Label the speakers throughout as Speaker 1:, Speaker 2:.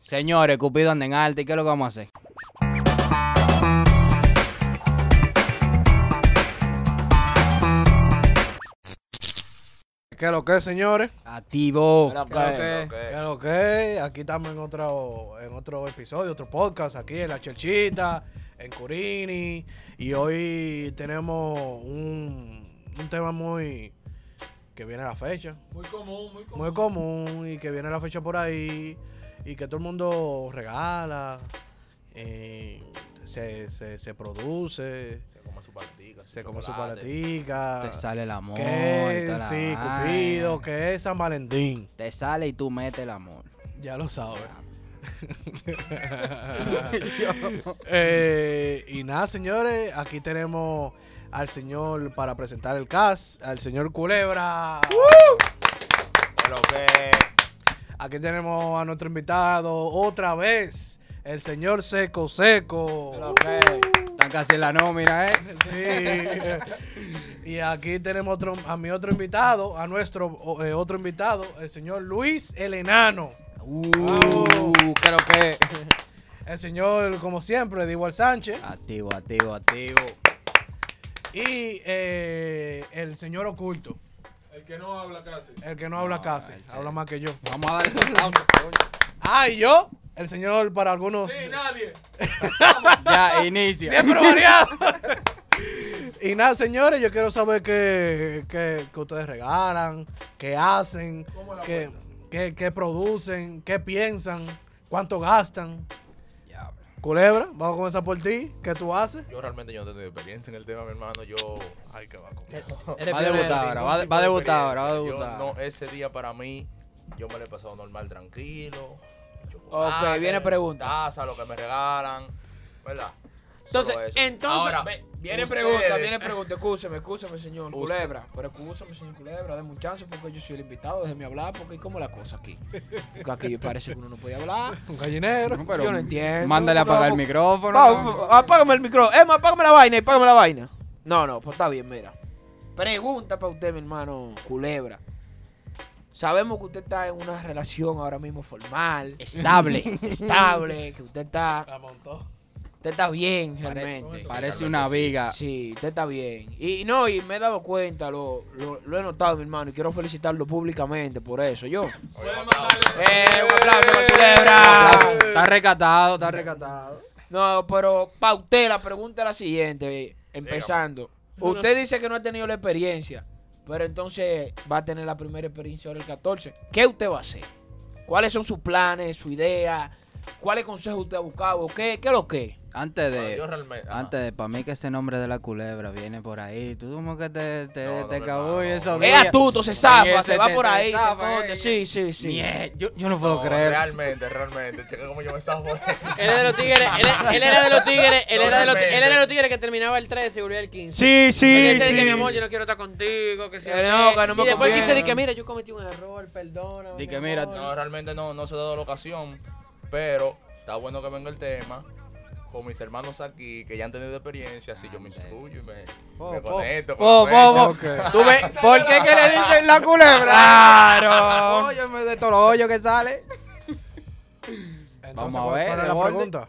Speaker 1: Señores, Cupido anda en alta y qué es lo que vamos a hacer.
Speaker 2: ¿Qué es lo que es, señores?
Speaker 1: Activo.
Speaker 3: Pero,
Speaker 2: ¿Qué es lo
Speaker 3: ok.
Speaker 2: que es?
Speaker 4: Ok.
Speaker 2: ¿Qué es lo que es? Aquí estamos en otro, en otro episodio, otro podcast, aquí en La Chelchita, en Curini. Y hoy tenemos un, un tema muy... que viene a la fecha.
Speaker 5: Muy común, muy común.
Speaker 2: Muy común y que viene a la fecha por ahí. Y que todo el mundo regala. eh, se, se, se produce.
Speaker 4: Se come su paletica.
Speaker 2: Se come su
Speaker 4: chocolate.
Speaker 2: palatica.
Speaker 1: Te sale el amor. y
Speaker 2: Que
Speaker 1: toda la
Speaker 2: sí,
Speaker 1: vaina.
Speaker 2: Cupido, que es San Valentín.
Speaker 1: Te sale y tú metes el amor.
Speaker 2: Ya lo sabes. Eh, y nada, señores, aquí tenemos al señor para presentar el cast, al señor Culebra.
Speaker 4: ¿Qué es lo que es?
Speaker 2: Aquí tenemos a nuestro invitado otra vez, el señor Seco Seco. Uh.
Speaker 3: Ok.
Speaker 1: Están casi en la nómina, ¿eh?
Speaker 2: Sí. y aquí tenemos otro, a mi otro invitado, a nuestro o, eh, otro invitado, el señor Luis el Enano.
Speaker 1: Uh,
Speaker 3: Uh, creo que.
Speaker 2: El señor, como siempre, de igual Sánchez.
Speaker 1: Activo, activo, activo.
Speaker 2: Y eh, el señor oculto,
Speaker 5: El que no habla casi.
Speaker 2: el que no habla
Speaker 1: No,
Speaker 2: casi,
Speaker 1: ese-
Speaker 2: habla más que yo.
Speaker 1: Vamos a dar ese aplauso.
Speaker 2: Ah, y yo, el señor para algunos.
Speaker 5: Sí, nadie.
Speaker 1: Ya, inicia.
Speaker 2: Siempre variado. y nada, señores, yo quiero saber qué, qué- qué ustedes regalan, qué hacen,
Speaker 5: ¿Cómo la
Speaker 2: qué, qué- qué producen, qué piensan, cuánto gastan.
Speaker 1: Diablo.
Speaker 2: Culebra, vamos a comenzar por ti. ¿Qué tú haces?
Speaker 4: Yo realmente yo no tengo experiencia en el tema, mi hermano. Yo. Ay, que va con eso.
Speaker 1: Va a debutar ahora, va, va a debutar ahora, va a
Speaker 4: Yo
Speaker 1: debutar.
Speaker 4: no, ese día para mí, yo me lo he pasado normal, tranquilo.
Speaker 3: Ok, viene pregunta.
Speaker 4: Taza, lo que me regalan. ¿Verdad? Solo
Speaker 3: Entonces,
Speaker 4: eso.
Speaker 3: entonces.
Speaker 4: Ahora,
Speaker 3: ve- viene
Speaker 4: ustedes-
Speaker 3: pregunta, viene pregunta. Escúcheme, escúcheme, señor
Speaker 4: Usted-
Speaker 3: Culebra. Pero escúcheme, señor Culebra. Deme un chance porque yo soy el invitado. Déjeme hablar porque ¿cómo la cosa aquí? Porque aquí parece que uno no puede hablar.
Speaker 2: Un gallinero.
Speaker 1: No, pero
Speaker 3: yo no entiendo.
Speaker 1: Mándale a apagar el
Speaker 3: No,
Speaker 1: micrófono.
Speaker 3: Pa- apágame el micrófono. Emma, apágame la vaina y apágame la vaina. No, no, pues está bien, mira. Pregunta para usted, mi hermano Culebra. Sabemos que usted está en una relación ahora mismo formal,
Speaker 1: Estable.
Speaker 3: estable, que usted está,
Speaker 2: La montó.
Speaker 3: usted está bien
Speaker 1: Pare-
Speaker 3: realmente.
Speaker 1: Parece una viga.
Speaker 3: Sí, usted está bien. Y, y no, y me he dado cuenta, lo, lo, lo he notado, mi hermano, y quiero felicitarlo públicamente por eso, yo.
Speaker 4: Oye,
Speaker 5: Pueden
Speaker 4: vamos a-
Speaker 5: mandarle.
Speaker 3: ¡Eh, un aplauso para Culebra!
Speaker 1: Está recatado, está recatado.
Speaker 3: No, pero para usted la pregunta es la siguiente, eh, empezando. Usted dice que no ha tenido la experiencia, pero entonces va a tener la primera experiencia ahora el 14. ¿Qué usted va a hacer? ¿Cuáles son sus planes, su idea? ¿Cuáles consejos usted ha buscado? ¿Qué, qué es lo que?
Speaker 1: Antes de.
Speaker 4: Bueno, Ah, yo realmente. ajá.
Speaker 1: Antes de, para mí que ese nombre de la culebra viene por ahí. Tú como que te, te,
Speaker 4: No, no,
Speaker 1: te
Speaker 4: no,
Speaker 1: cabulles
Speaker 4: no.
Speaker 1: esos
Speaker 3: Es
Speaker 1: días.
Speaker 3: astuto, se zafa,
Speaker 1: Oye,
Speaker 3: se va
Speaker 1: te-
Speaker 3: por
Speaker 1: te
Speaker 3: ahí, se
Speaker 1: zafa,
Speaker 3: esconde.
Speaker 1: eh.
Speaker 3: Sí, sí, sí.
Speaker 1: Mie- yo, yo no puedo
Speaker 4: No,
Speaker 1: creer.
Speaker 4: realmente, realmente. Checa cómo yo me estaba
Speaker 6: Él era de los tigres, él, él era de los tigres, él era de los, él era de los tigres que terminaba el 13 y volvía el 15.
Speaker 3: Sí,
Speaker 6: Él
Speaker 3: sí,
Speaker 6: decía que mi
Speaker 3: sí.
Speaker 6: amor, yo no quiero estar contigo, que si
Speaker 3: Que no, que no me
Speaker 6: Y después
Speaker 3: conviene.
Speaker 6: quise de que mira, yo cometí un error, perdona.
Speaker 1: Di que mira,
Speaker 4: No, realmente no, no se ha dado la ocasión, pero está bueno que venga el tema con mis hermanos aquí que ya han tenido experiencia, así yo me instruyo y me, me conecto. con
Speaker 1: Po,
Speaker 4: la
Speaker 1: po, po.
Speaker 4: cuenta.
Speaker 2: Ok.
Speaker 1: ¿Tú ves? ¿Por qué que le dicen la culebra?
Speaker 3: Claro.
Speaker 1: Óyeme de todos los hoyos que sale.
Speaker 2: Entonces,
Speaker 1: a
Speaker 2: ¿cuál-
Speaker 1: ver,
Speaker 2: ¿cuál es la
Speaker 1: de orden.
Speaker 2: pregunta?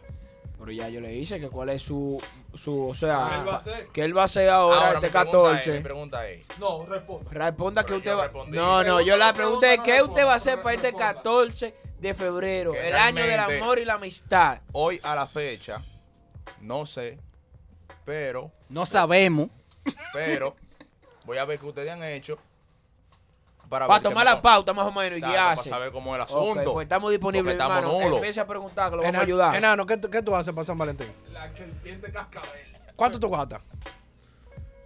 Speaker 3: Pero ya yo le dije que cuál es su, su o
Speaker 5: ¿Qué él va a
Speaker 3: sea,
Speaker 5: hacer?
Speaker 3: que él va a hacer ahora,
Speaker 4: Ahora,
Speaker 3: este
Speaker 4: mi pregunta
Speaker 3: 14.
Speaker 4: es, mi pregunta es,
Speaker 5: No, responda.
Speaker 3: Responda
Speaker 4: Pero
Speaker 3: que usted
Speaker 4: yo
Speaker 3: va.
Speaker 4: respondí.
Speaker 3: No, no, yo la pregunta es:
Speaker 5: Pregunta,
Speaker 3: ¿qué usted va a
Speaker 5: responda,
Speaker 3: hacer para este
Speaker 5: responda.
Speaker 3: 14 de febrero?
Speaker 4: Que
Speaker 3: El año del
Speaker 4: realmente-
Speaker 3: amor y la amistad.
Speaker 4: hoy a la fecha, no sé, pero,
Speaker 1: No sabemos.
Speaker 4: pero, voy a ver qué ustedes han hecho para,
Speaker 3: Para
Speaker 4: ver qué
Speaker 3: tomar
Speaker 4: me
Speaker 3: la
Speaker 4: con-
Speaker 3: pauta, más o menos, y
Speaker 4: Exacto,
Speaker 3: qué hace.
Speaker 4: Para saber cómo es el
Speaker 3: Ok,
Speaker 4: asunto.
Speaker 3: pues estamos disponibles,
Speaker 4: porque estamos
Speaker 3: hermano.
Speaker 4: nulos.
Speaker 3: Empiece a preguntar, que lo vamos a
Speaker 2: Enano,
Speaker 3: ayudar.
Speaker 2: enano, ¿qué, tú- ¿qué tú haces para San Valentín?
Speaker 5: La serpiente cascabel.
Speaker 2: ¿Cuánto tú gastas?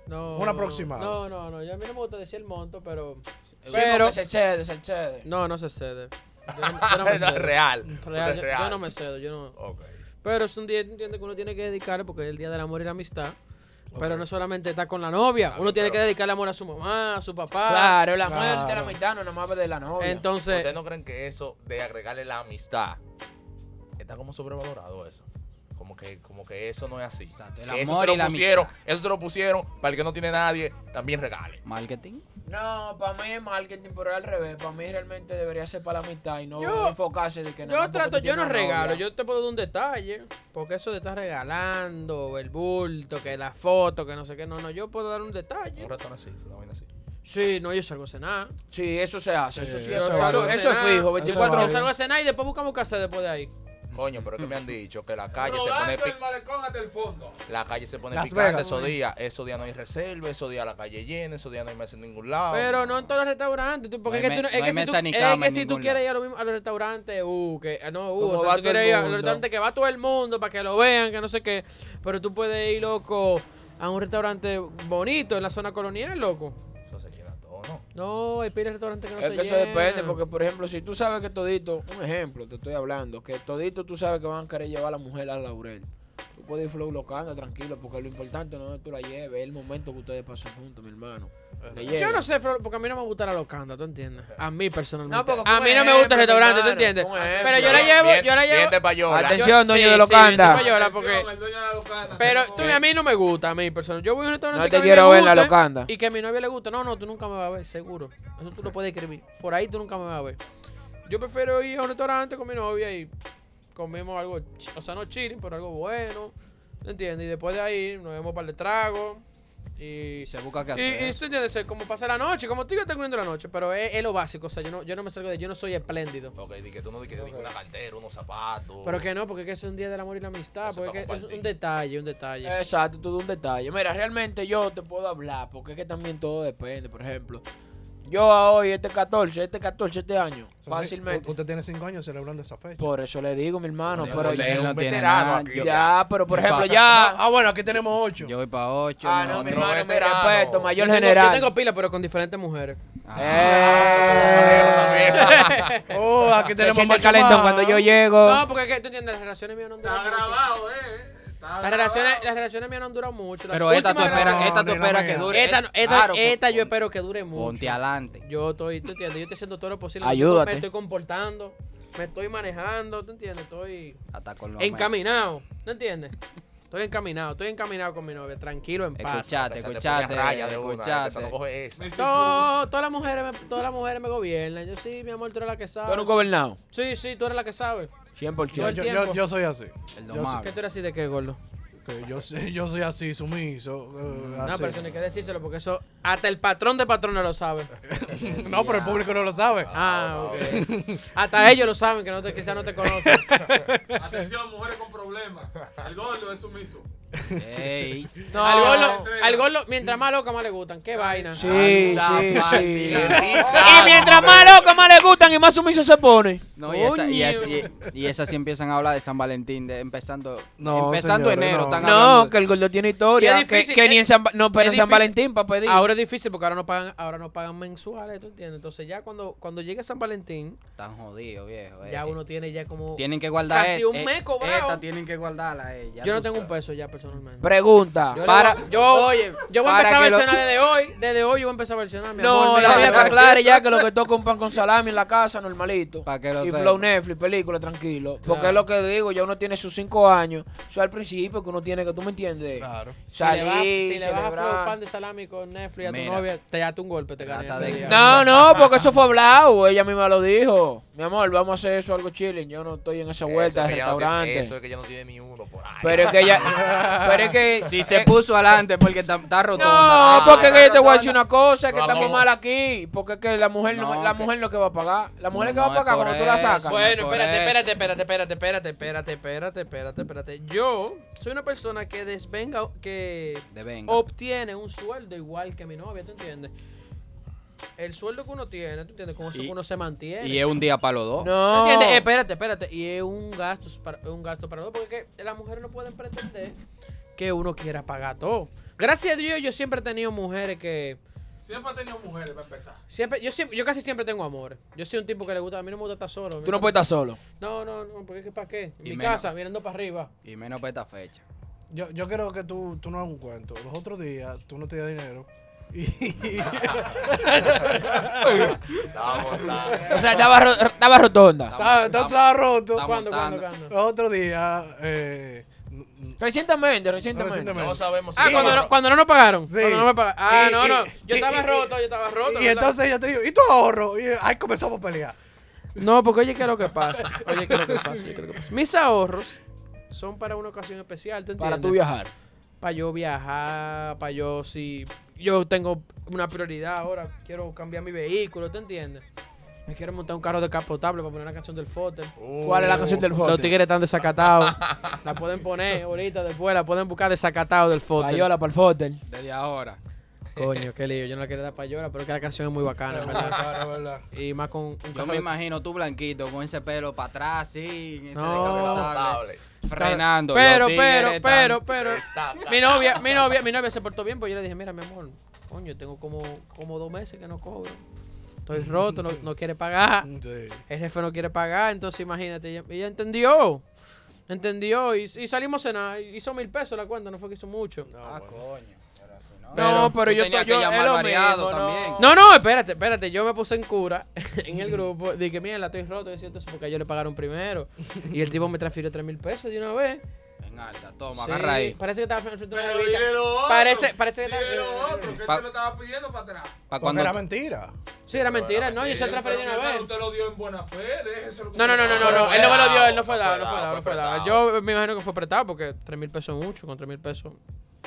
Speaker 6: No,
Speaker 2: una aproximada.
Speaker 6: No, no, no, yo a mí no me gusta decir el monto, pero.
Speaker 3: Sí,
Speaker 6: Pero.
Speaker 3: porque se cede, se cede.
Speaker 6: No, no se cede. Yo no, yo no me cedo.
Speaker 4: real.
Speaker 6: Real, yo,
Speaker 4: real.
Speaker 6: yo no me cedo, yo no.
Speaker 4: Ok.
Speaker 6: Pero es un día entiendo que uno tiene que dedicarle porque es el día del amor y la amistad. Pero no solamente está con la novia,
Speaker 4: Claro,
Speaker 6: uno tiene que
Speaker 4: pero-
Speaker 6: dedicarle amor a su mamá, a su papá.
Speaker 3: Claro, la
Speaker 2: Claro.
Speaker 3: muerte, la amistad, no nada más de la novia.
Speaker 6: Entonces,
Speaker 4: ¿Ustedes no creen que eso de agregarle la amistad está como sobrevalorado eso? Como que, como que eso no es así.
Speaker 1: Exacto, el
Speaker 4: Que eso
Speaker 1: amor
Speaker 4: se lo
Speaker 1: y la
Speaker 4: pusieron,
Speaker 1: amistad.
Speaker 4: eso se lo pusieron para el que no tiene nadie, también regale.
Speaker 1: Marketing.
Speaker 3: No, para mí es marketing, pero es al revés. Para mí realmente debería ser para la amistad y no
Speaker 6: Yo-
Speaker 3: enfocarse de que nada
Speaker 6: Yo
Speaker 3: más porque
Speaker 6: trato,
Speaker 3: tú
Speaker 6: yo no
Speaker 3: tienes novia.
Speaker 6: regalo, yo te puedo dar un detalle, porque eso de estar regalando, el bulto, que la foto, que no sé qué, no, no, yo puedo dar un detalle.
Speaker 4: Un ratón así, una vaina así.
Speaker 6: Sí, no, yo salgo a cenar.
Speaker 3: Sí, eso se hace, eso
Speaker 2: Sí,
Speaker 3: sí,
Speaker 2: eso
Speaker 3: eso,
Speaker 2: es
Speaker 3: eso-
Speaker 2: válido.
Speaker 3: eso
Speaker 2: Eso
Speaker 3: es fijo,
Speaker 2: es
Speaker 3: 24
Speaker 6: Yo
Speaker 2: válido.
Speaker 3: horas.
Speaker 6: salgo a cenar y después buscamos casa después de ahí.
Speaker 4: Coño, pero es que me han dicho que la calle se pone
Speaker 5: Rodando
Speaker 4: pic-
Speaker 5: el malecón hasta el fondo.
Speaker 4: La calle se pone
Speaker 2: Las
Speaker 4: picante
Speaker 2: Vegas.
Speaker 4: esos días. Esos días no hay reserva, esos días la calle llena, esos días no hay mesa en ningún lado.
Speaker 6: Pero no en todos los restaurantes. tú- Porque
Speaker 1: No hay
Speaker 6: es que,
Speaker 1: me-
Speaker 6: tú, no- es
Speaker 1: no
Speaker 6: que
Speaker 1: hay
Speaker 6: si tú,
Speaker 1: mesa ni
Speaker 6: es
Speaker 1: cama
Speaker 6: que
Speaker 1: en
Speaker 6: si tú
Speaker 1: ningún
Speaker 6: quieres
Speaker 1: lado.
Speaker 6: ir a, lo mismo- a los restaurantes, uh, que ah, no, uh,
Speaker 3: Como
Speaker 6: o sea,
Speaker 3: va
Speaker 6: tú
Speaker 3: todo el
Speaker 6: quieres ir a los
Speaker 3: mundo.
Speaker 6: restaurantes que va todo el mundo para que lo vean, que no sé qué. Pero tú puedes ir, loco, a un restaurante bonito en la zona colonial, loco.
Speaker 4: Eso se llena todo, ¿no?
Speaker 6: No, hay pires restaurantes que no
Speaker 3: Es
Speaker 6: se
Speaker 3: que eso
Speaker 6: llenan.
Speaker 3: depende, porque por ejemplo, si tú sabes que todito, un ejemplo, te estoy hablando, que todito tú sabes que van a querer llevar a la mujer al laurel. Tú puedes ir flow locando, tranquilo, porque lo importante no es que tú la lleves, es el momento que ustedes pasan juntos, mi hermano. Le
Speaker 6: Yo
Speaker 3: llegan.
Speaker 6: no sé, Flor, porque a mí no me gusta la locanda, ¿tú entiendes? A mí personalmente.
Speaker 3: No, porque fue
Speaker 6: a
Speaker 3: un
Speaker 6: mí no me gusta el
Speaker 3: ejemplo,
Speaker 6: restaurante, ¿tú
Speaker 3: claro,
Speaker 6: entiendes?
Speaker 3: fue un ejemplo.
Speaker 6: Pero yo la
Speaker 4: Bien,
Speaker 6: llevo,
Speaker 4: bien-
Speaker 6: yo la llevo.
Speaker 4: bien de payola.
Speaker 3: Atención,
Speaker 6: yo-
Speaker 3: dueño
Speaker 6: sí,
Speaker 3: de
Speaker 6: sí,
Speaker 3: locanda.
Speaker 6: bien de payola, porque...
Speaker 5: Atención, el dueño de la locanda.
Speaker 6: Pero
Speaker 5: Como
Speaker 6: tú,
Speaker 5: que-
Speaker 6: a mí no me gusta, a mí personal. Yo voy a un restaurante
Speaker 3: No
Speaker 6: que
Speaker 3: te
Speaker 6: a mí
Speaker 3: quiero
Speaker 6: me
Speaker 3: ver en la
Speaker 6: guste
Speaker 3: locanda.
Speaker 6: Y que a mi novia le gusta. No, no, tú nunca me vas a ver, seguro. Eso tú lo puedes escribir. Por ahí tú nunca me vas a ver. Yo prefiero ir a un restaurante con mi novia y comemos algo, ch- o sea, no chilling, pero algo bueno. ¿Me entiendes? Y después de ahí nos vemos para el trago. Y
Speaker 1: Y se busca qué
Speaker 6: y,
Speaker 1: hacer.
Speaker 6: y tú entiendes, eh, como pasa la noche, como tú y yo tengo viendo la noche, pero es, es lo básico, o sea, yo no, yo no me salgo de, yo no soy espléndido.
Speaker 4: Ok, di que tú no di que di que una cartera, unos zapatos.
Speaker 6: Pero que no, porque es que es un día del amor y la amistad,
Speaker 4: Eso está
Speaker 6: porque es que es un
Speaker 4: compartido.
Speaker 6: detalle, un detalle.
Speaker 3: Exacto, todo un detalle. Mira, realmente yo te puedo hablar, porque es que también todo depende. Por ejemplo, yo a hoy, este 14, este 14, este año,
Speaker 2: Eso sí,
Speaker 3: fácilmente.
Speaker 2: Usted tiene cinco años celebrando esa fecha.
Speaker 3: Por eso le digo, mi hermano,
Speaker 4: Oye,
Speaker 3: pero
Speaker 4: oye,
Speaker 1: él
Speaker 4: es
Speaker 1: no
Speaker 4: un
Speaker 1: tiene
Speaker 4: veterano
Speaker 1: nada.
Speaker 4: aquí.
Speaker 3: ya, pero por ejemplo,
Speaker 2: Ah,
Speaker 3: ya.
Speaker 2: ah, bueno, aquí tenemos ocho.
Speaker 1: Yo voy para 8.
Speaker 3: Ah, no, mi
Speaker 4: Otro
Speaker 3: hermano, mi
Speaker 4: veterano.
Speaker 3: respeto,
Speaker 6: Yo
Speaker 3: mayor
Speaker 6: tengo-
Speaker 3: general. Eh.
Speaker 6: Yo tengo pila, pero con diferentes mujeres.
Speaker 1: Ah,
Speaker 6: Uh,
Speaker 2: Oh, aquí
Speaker 3: Se
Speaker 2: tenemos
Speaker 3: siente
Speaker 2: macho
Speaker 3: calentón
Speaker 2: más.
Speaker 3: cuando yo llego.
Speaker 6: No, porque es que tú entiendes, las relaciones mías no han durado
Speaker 5: Está
Speaker 6: mucho.
Speaker 5: grabado, eh. Está
Speaker 6: Las relaciones, las relaciones mías no han durado mucho. Las
Speaker 1: Pero esta tú
Speaker 6: últimas
Speaker 1: esperas,
Speaker 6: relaciones-
Speaker 1: esta tú
Speaker 2: No,
Speaker 1: esperas que
Speaker 2: no,
Speaker 1: dure.
Speaker 6: Esta, no- esta,
Speaker 1: Claro,
Speaker 6: esta yo
Speaker 1: pon-
Speaker 6: espero que dure mucho.
Speaker 1: Ponte adelante.
Speaker 6: Yo estoy, ¿tú entiendes? Yo estoy haciendo todo lo posible.
Speaker 3: Ayúdate.
Speaker 6: Me estoy comportando, me estoy manejando, ¿tú entiendes? Estoy
Speaker 1: Hasta con los
Speaker 6: encaminado, ¿no entiendes? Estoy encaminado, estoy encaminado con mi novia, tranquilo, en paz.
Speaker 1: Escuchate, escuchate,
Speaker 4: No
Speaker 1: escuchate.
Speaker 4: coge esa.
Speaker 5: Me siento-
Speaker 6: To- todas las mujeres me, todas las mujeres me gobiernan. Yo sí, mi amor, tú eres la que
Speaker 3: Tú eres
Speaker 6: sabe.
Speaker 3: un gobernado.
Speaker 6: Sí, sí, tú eres la que sabe.
Speaker 2: Yo,
Speaker 3: 100%.
Speaker 2: yo-
Speaker 6: tiempo.
Speaker 2: yo- yo soy así.
Speaker 1: El
Speaker 2: Yo sé
Speaker 6: ¿Qué
Speaker 1: domable.
Speaker 6: tú eres así de qué, gordo?
Speaker 2: que yo, sé- yo soy así, sumiso. eh,
Speaker 1: Ah,
Speaker 6: No,
Speaker 2: así.
Speaker 6: pero eso no hay que decírselo porque eso hasta el patrón de patrones lo sabe.
Speaker 2: No, pero el público no lo sabe.
Speaker 6: Ah, ok. Hasta ellos lo saben que no te, quizás no te conocen.
Speaker 5: Atención, mujeres con problemas. El gordo es sumiso.
Speaker 1: Ey.
Speaker 6: No, al gordo, al gordo, mientras más loca más le gustan. Qué vaina. Ah,
Speaker 3: Sí,
Speaker 1: Anda,
Speaker 3: sí,
Speaker 1: pa'l
Speaker 3: sí.
Speaker 4: diablo.
Speaker 3: Y mientras más loca, más le gustan y más sumiso se pone.
Speaker 1: No, y esas y esa, y, y esa sí empiezan a hablar de San Valentín, de- empezando,
Speaker 2: No,
Speaker 1: empezando
Speaker 2: señores,
Speaker 1: enero.
Speaker 2: no.
Speaker 1: Están
Speaker 3: No,
Speaker 1: hablando
Speaker 3: que el gordo tiene
Speaker 6: Y
Speaker 3: historia.
Speaker 6: es
Speaker 3: Que,
Speaker 6: difícil,
Speaker 3: que ni
Speaker 6: es-
Speaker 3: en San, Va- no, pero en
Speaker 6: es
Speaker 3: San
Speaker 6: difícil.
Speaker 3: Valentín para pedir.
Speaker 6: Ahora es difícil porque ahora no pagan, ahora no pagan mensuales, ¿tú entiendes? Entonces ya cuando, cuando llegue San Valentín,
Speaker 1: Están jodidos, viejo. eh.
Speaker 6: ya uno tiene ya como...
Speaker 1: Tienen que guardar
Speaker 6: Casi
Speaker 1: et-
Speaker 6: un
Speaker 1: et-
Speaker 6: mes cobrado.
Speaker 1: Esta tienen que guardarla. eh, ya
Speaker 6: yo no
Speaker 1: tú
Speaker 6: tengo un
Speaker 1: sabes.
Speaker 6: peso ya personalmente.
Speaker 3: Pregunta.
Speaker 6: Yo le
Speaker 1: Para-
Speaker 6: voy- yo, oye, yo voy a
Speaker 1: para
Speaker 6: empezar a
Speaker 1: que lo-
Speaker 6: versionar desde hoy. Desde hoy yo voy a empezar a versionar, mi amor.
Speaker 3: No,
Speaker 6: mira,
Speaker 3: la voy a
Speaker 6: desde hoy.
Speaker 3: aclarar ya que lo que toca un pan con salami en la casa, normalito.
Speaker 1: Pa' que lo
Speaker 3: y
Speaker 1: sepa.
Speaker 3: flow Netflix, película, tranquilo. Porque
Speaker 6: Claro.
Speaker 3: es lo que digo, ya uno tiene sus cinco años. Eso al principio que uno tiene que, tú me entiendes,
Speaker 2: Claro.
Speaker 6: Si le vas-
Speaker 3: salir,
Speaker 6: si le vas a
Speaker 3: celebrar.
Speaker 6: flow pan de salami con Netflix a tu
Speaker 1: Mira.
Speaker 6: novia, te date un golpe, te gané
Speaker 1: Trata
Speaker 6: ese
Speaker 1: de-
Speaker 6: día.
Speaker 3: No, no, porque eso fue hablado. Ella misma lo dijo. Mi amor, vamos a hacer eso algo chilling. Yo no estoy en esa vuelta de restaurante.
Speaker 4: Eso es que ya no tiene ni uno por ahí.
Speaker 3: Pero es que ella. pero es que.
Speaker 1: Si se puso adelante porque está, está rotonda.
Speaker 3: No,
Speaker 1: Ah,
Speaker 3: porque
Speaker 1: está
Speaker 3: que yo te voy a decir
Speaker 1: rotonda.
Speaker 3: una cosa, que
Speaker 4: No,
Speaker 3: estamos
Speaker 4: no.
Speaker 3: mal aquí. Porque es que la mujer no,
Speaker 1: No,
Speaker 3: la
Speaker 1: que-
Speaker 3: mujer no es que va a pagar. La mujer es que
Speaker 1: No,
Speaker 3: va
Speaker 1: es
Speaker 3: a pagar
Speaker 1: por
Speaker 3: cuando tú la
Speaker 1: eso.
Speaker 3: sacas.
Speaker 6: Bueno,
Speaker 1: por
Speaker 6: espérate,
Speaker 1: eso.
Speaker 6: espérate, espérate, espérate, espérate, espérate, espérate, espérate, espérate. Yo soy una persona que desvenga, que
Speaker 1: De venga.
Speaker 3: Oh,
Speaker 6: obtiene un sueldo igual que mi novia, ¿tú entiendes? El sueldo que uno tiene, ¿tú entiendes? Con eso
Speaker 1: Y-
Speaker 6: que uno se mantiene.
Speaker 1: Y es un día para los dos.
Speaker 3: No.
Speaker 6: ¿Entiendes? Espérate, espérate. Y es un gasto para, es un gasto para dos, porque es que las mujeres no pueden pretender que uno quiera pagar todo. Gracias a Dios, yo siempre he tenido mujeres que.
Speaker 5: Siempre ha tenido mujeres para empezar.
Speaker 6: Siempre, yo, siempre, yo casi siempre tengo amores. Yo soy un tipo que le gusta. A mí no me gusta estar solo. A mí
Speaker 3: Tú no puedes estar solo.
Speaker 6: No, no, no, porque es que para qué. En
Speaker 1: Y
Speaker 6: mi
Speaker 1: menos.
Speaker 6: casa, mirando para arriba.
Speaker 1: Y menos para esta fecha.
Speaker 2: Yo, yo creo que tú, tú no hagas un cuento. Los otros días tú no te das dinero. Y,
Speaker 4: Estamos,
Speaker 3: O sea, estaba, ro- estaba rotonda.
Speaker 2: Está- está- estaba roto.
Speaker 1: Estamos
Speaker 2: Oh,
Speaker 6: ¿Cuándo, cuándo,
Speaker 1: montando.
Speaker 6: cuándo?
Speaker 2: Los otros días eh,
Speaker 3: Recientemente, recientemente.
Speaker 2: Recientemente.
Speaker 4: No sabemos
Speaker 6: Ah,
Speaker 4: si-
Speaker 6: cuando no, cuando no nos pagaron.
Speaker 2: Sí.
Speaker 6: Cuando no me pagaron. Ah,
Speaker 2: Y-
Speaker 6: no,
Speaker 2: y-
Speaker 6: no. Yo
Speaker 2: y-
Speaker 6: estaba
Speaker 2: y-
Speaker 6: roto, yo estaba roto.
Speaker 2: Y
Speaker 6: ¿verdad?
Speaker 2: entonces ella te dijo, ¿y tu ahorro? Y eh, ahí comenzamos a pelear.
Speaker 6: No, porque oye, ¿qué es lo que pasa? Oye, ¿qué es lo que pasa? Oye, ¿qué es lo que pasa? Mis ahorros son para una ocasión especial, ¿te entiendes?
Speaker 3: Para tú viajar.
Speaker 6: Para yo viajar, para yo si... Yo tengo una prioridad ahora, quiero cambiar mi vehículo, ¿te entiendes? Me quiero montar un carro descapotable para poner una canción del Foster.
Speaker 4: Uh,
Speaker 3: ¿Cuál
Speaker 2: Oh.
Speaker 3: es la canción del
Speaker 6: Los
Speaker 3: foto?
Speaker 6: tigres están desacatados. la pueden poner ahorita, después, la pueden buscar desacatado del Foster.
Speaker 3: Payola para el fotel.
Speaker 1: Desde ahora.
Speaker 6: Coño, qué lío. Yo no la quería dar payola, pero es que la canción es muy bacana, en ¿verdad?
Speaker 2: Claro, verdad.
Speaker 6: Y más con un
Speaker 1: Yo
Speaker 6: carro
Speaker 1: me
Speaker 6: de-
Speaker 1: imagino tú blanquito con ese pelo para atrás, sí, ese
Speaker 6: No.
Speaker 1: descapotable,
Speaker 4: Potable.
Speaker 1: frenando.
Speaker 6: Pero,
Speaker 1: Los tigres
Speaker 6: pero,
Speaker 1: están-
Speaker 6: pero, pero.
Speaker 4: Exacto.
Speaker 6: Mi novia, mi novia, mi novia se portó bien, pues yo le dije, mira, mi amor, coño, tengo como, como dos meses que no cobro. Estoy roto, no, no quiere pagar.
Speaker 2: Sí.
Speaker 6: El jefe no quiere pagar, entonces imagínate, ella, ella entendió. Entendió y, y salimos a cenar. Hizo mil pesos la cuenta, no fue que hizo mucho.
Speaker 1: Ah, coño. pero si no-
Speaker 6: No, pero
Speaker 1: tú
Speaker 6: yo
Speaker 1: tenías
Speaker 6: to- yo-
Speaker 1: que llamar
Speaker 6: es lo
Speaker 1: variado
Speaker 6: mismo,
Speaker 1: también.
Speaker 6: No, no, espérate, espérate. Yo me puse en cura en el grupo. Dije, mira, la estoy roto. Yo siento eso porque a ellos le pagaron primero. Y el tipo me transfirió tres mil pesos de una vez.
Speaker 1: En alta, toma,
Speaker 6: Sí,
Speaker 1: agarra ahí.
Speaker 6: Parece que estaba frente a una
Speaker 5: Pero
Speaker 6: bicha.
Speaker 5: dile lo otro.
Speaker 6: Parece, parece que estaba.
Speaker 5: Dile lo otro, que
Speaker 1: Pa-
Speaker 5: usted lo estaba pidiendo para atrás.
Speaker 6: Pues
Speaker 1: Para
Speaker 2: Porque
Speaker 1: cuando
Speaker 2: era mentira.
Speaker 6: Sí, era mentira, no, yo se
Speaker 5: Sí,
Speaker 6: transferí de una
Speaker 5: pero mi hermano,
Speaker 6: vez.
Speaker 5: Usted lo dio en buena fe, déjese lo que
Speaker 6: No,
Speaker 5: se
Speaker 6: no,
Speaker 5: lo
Speaker 6: no, no, no,
Speaker 5: pagó.
Speaker 6: no, él no me lo dio, él no fue
Speaker 4: Fue
Speaker 6: dado, no fue
Speaker 4: dado,
Speaker 6: dado,
Speaker 4: fue
Speaker 6: no fue dado.
Speaker 4: prestado.
Speaker 6: Yo me imagino que fue prestado porque tres mil pesos es mucho, con tres mil pesos.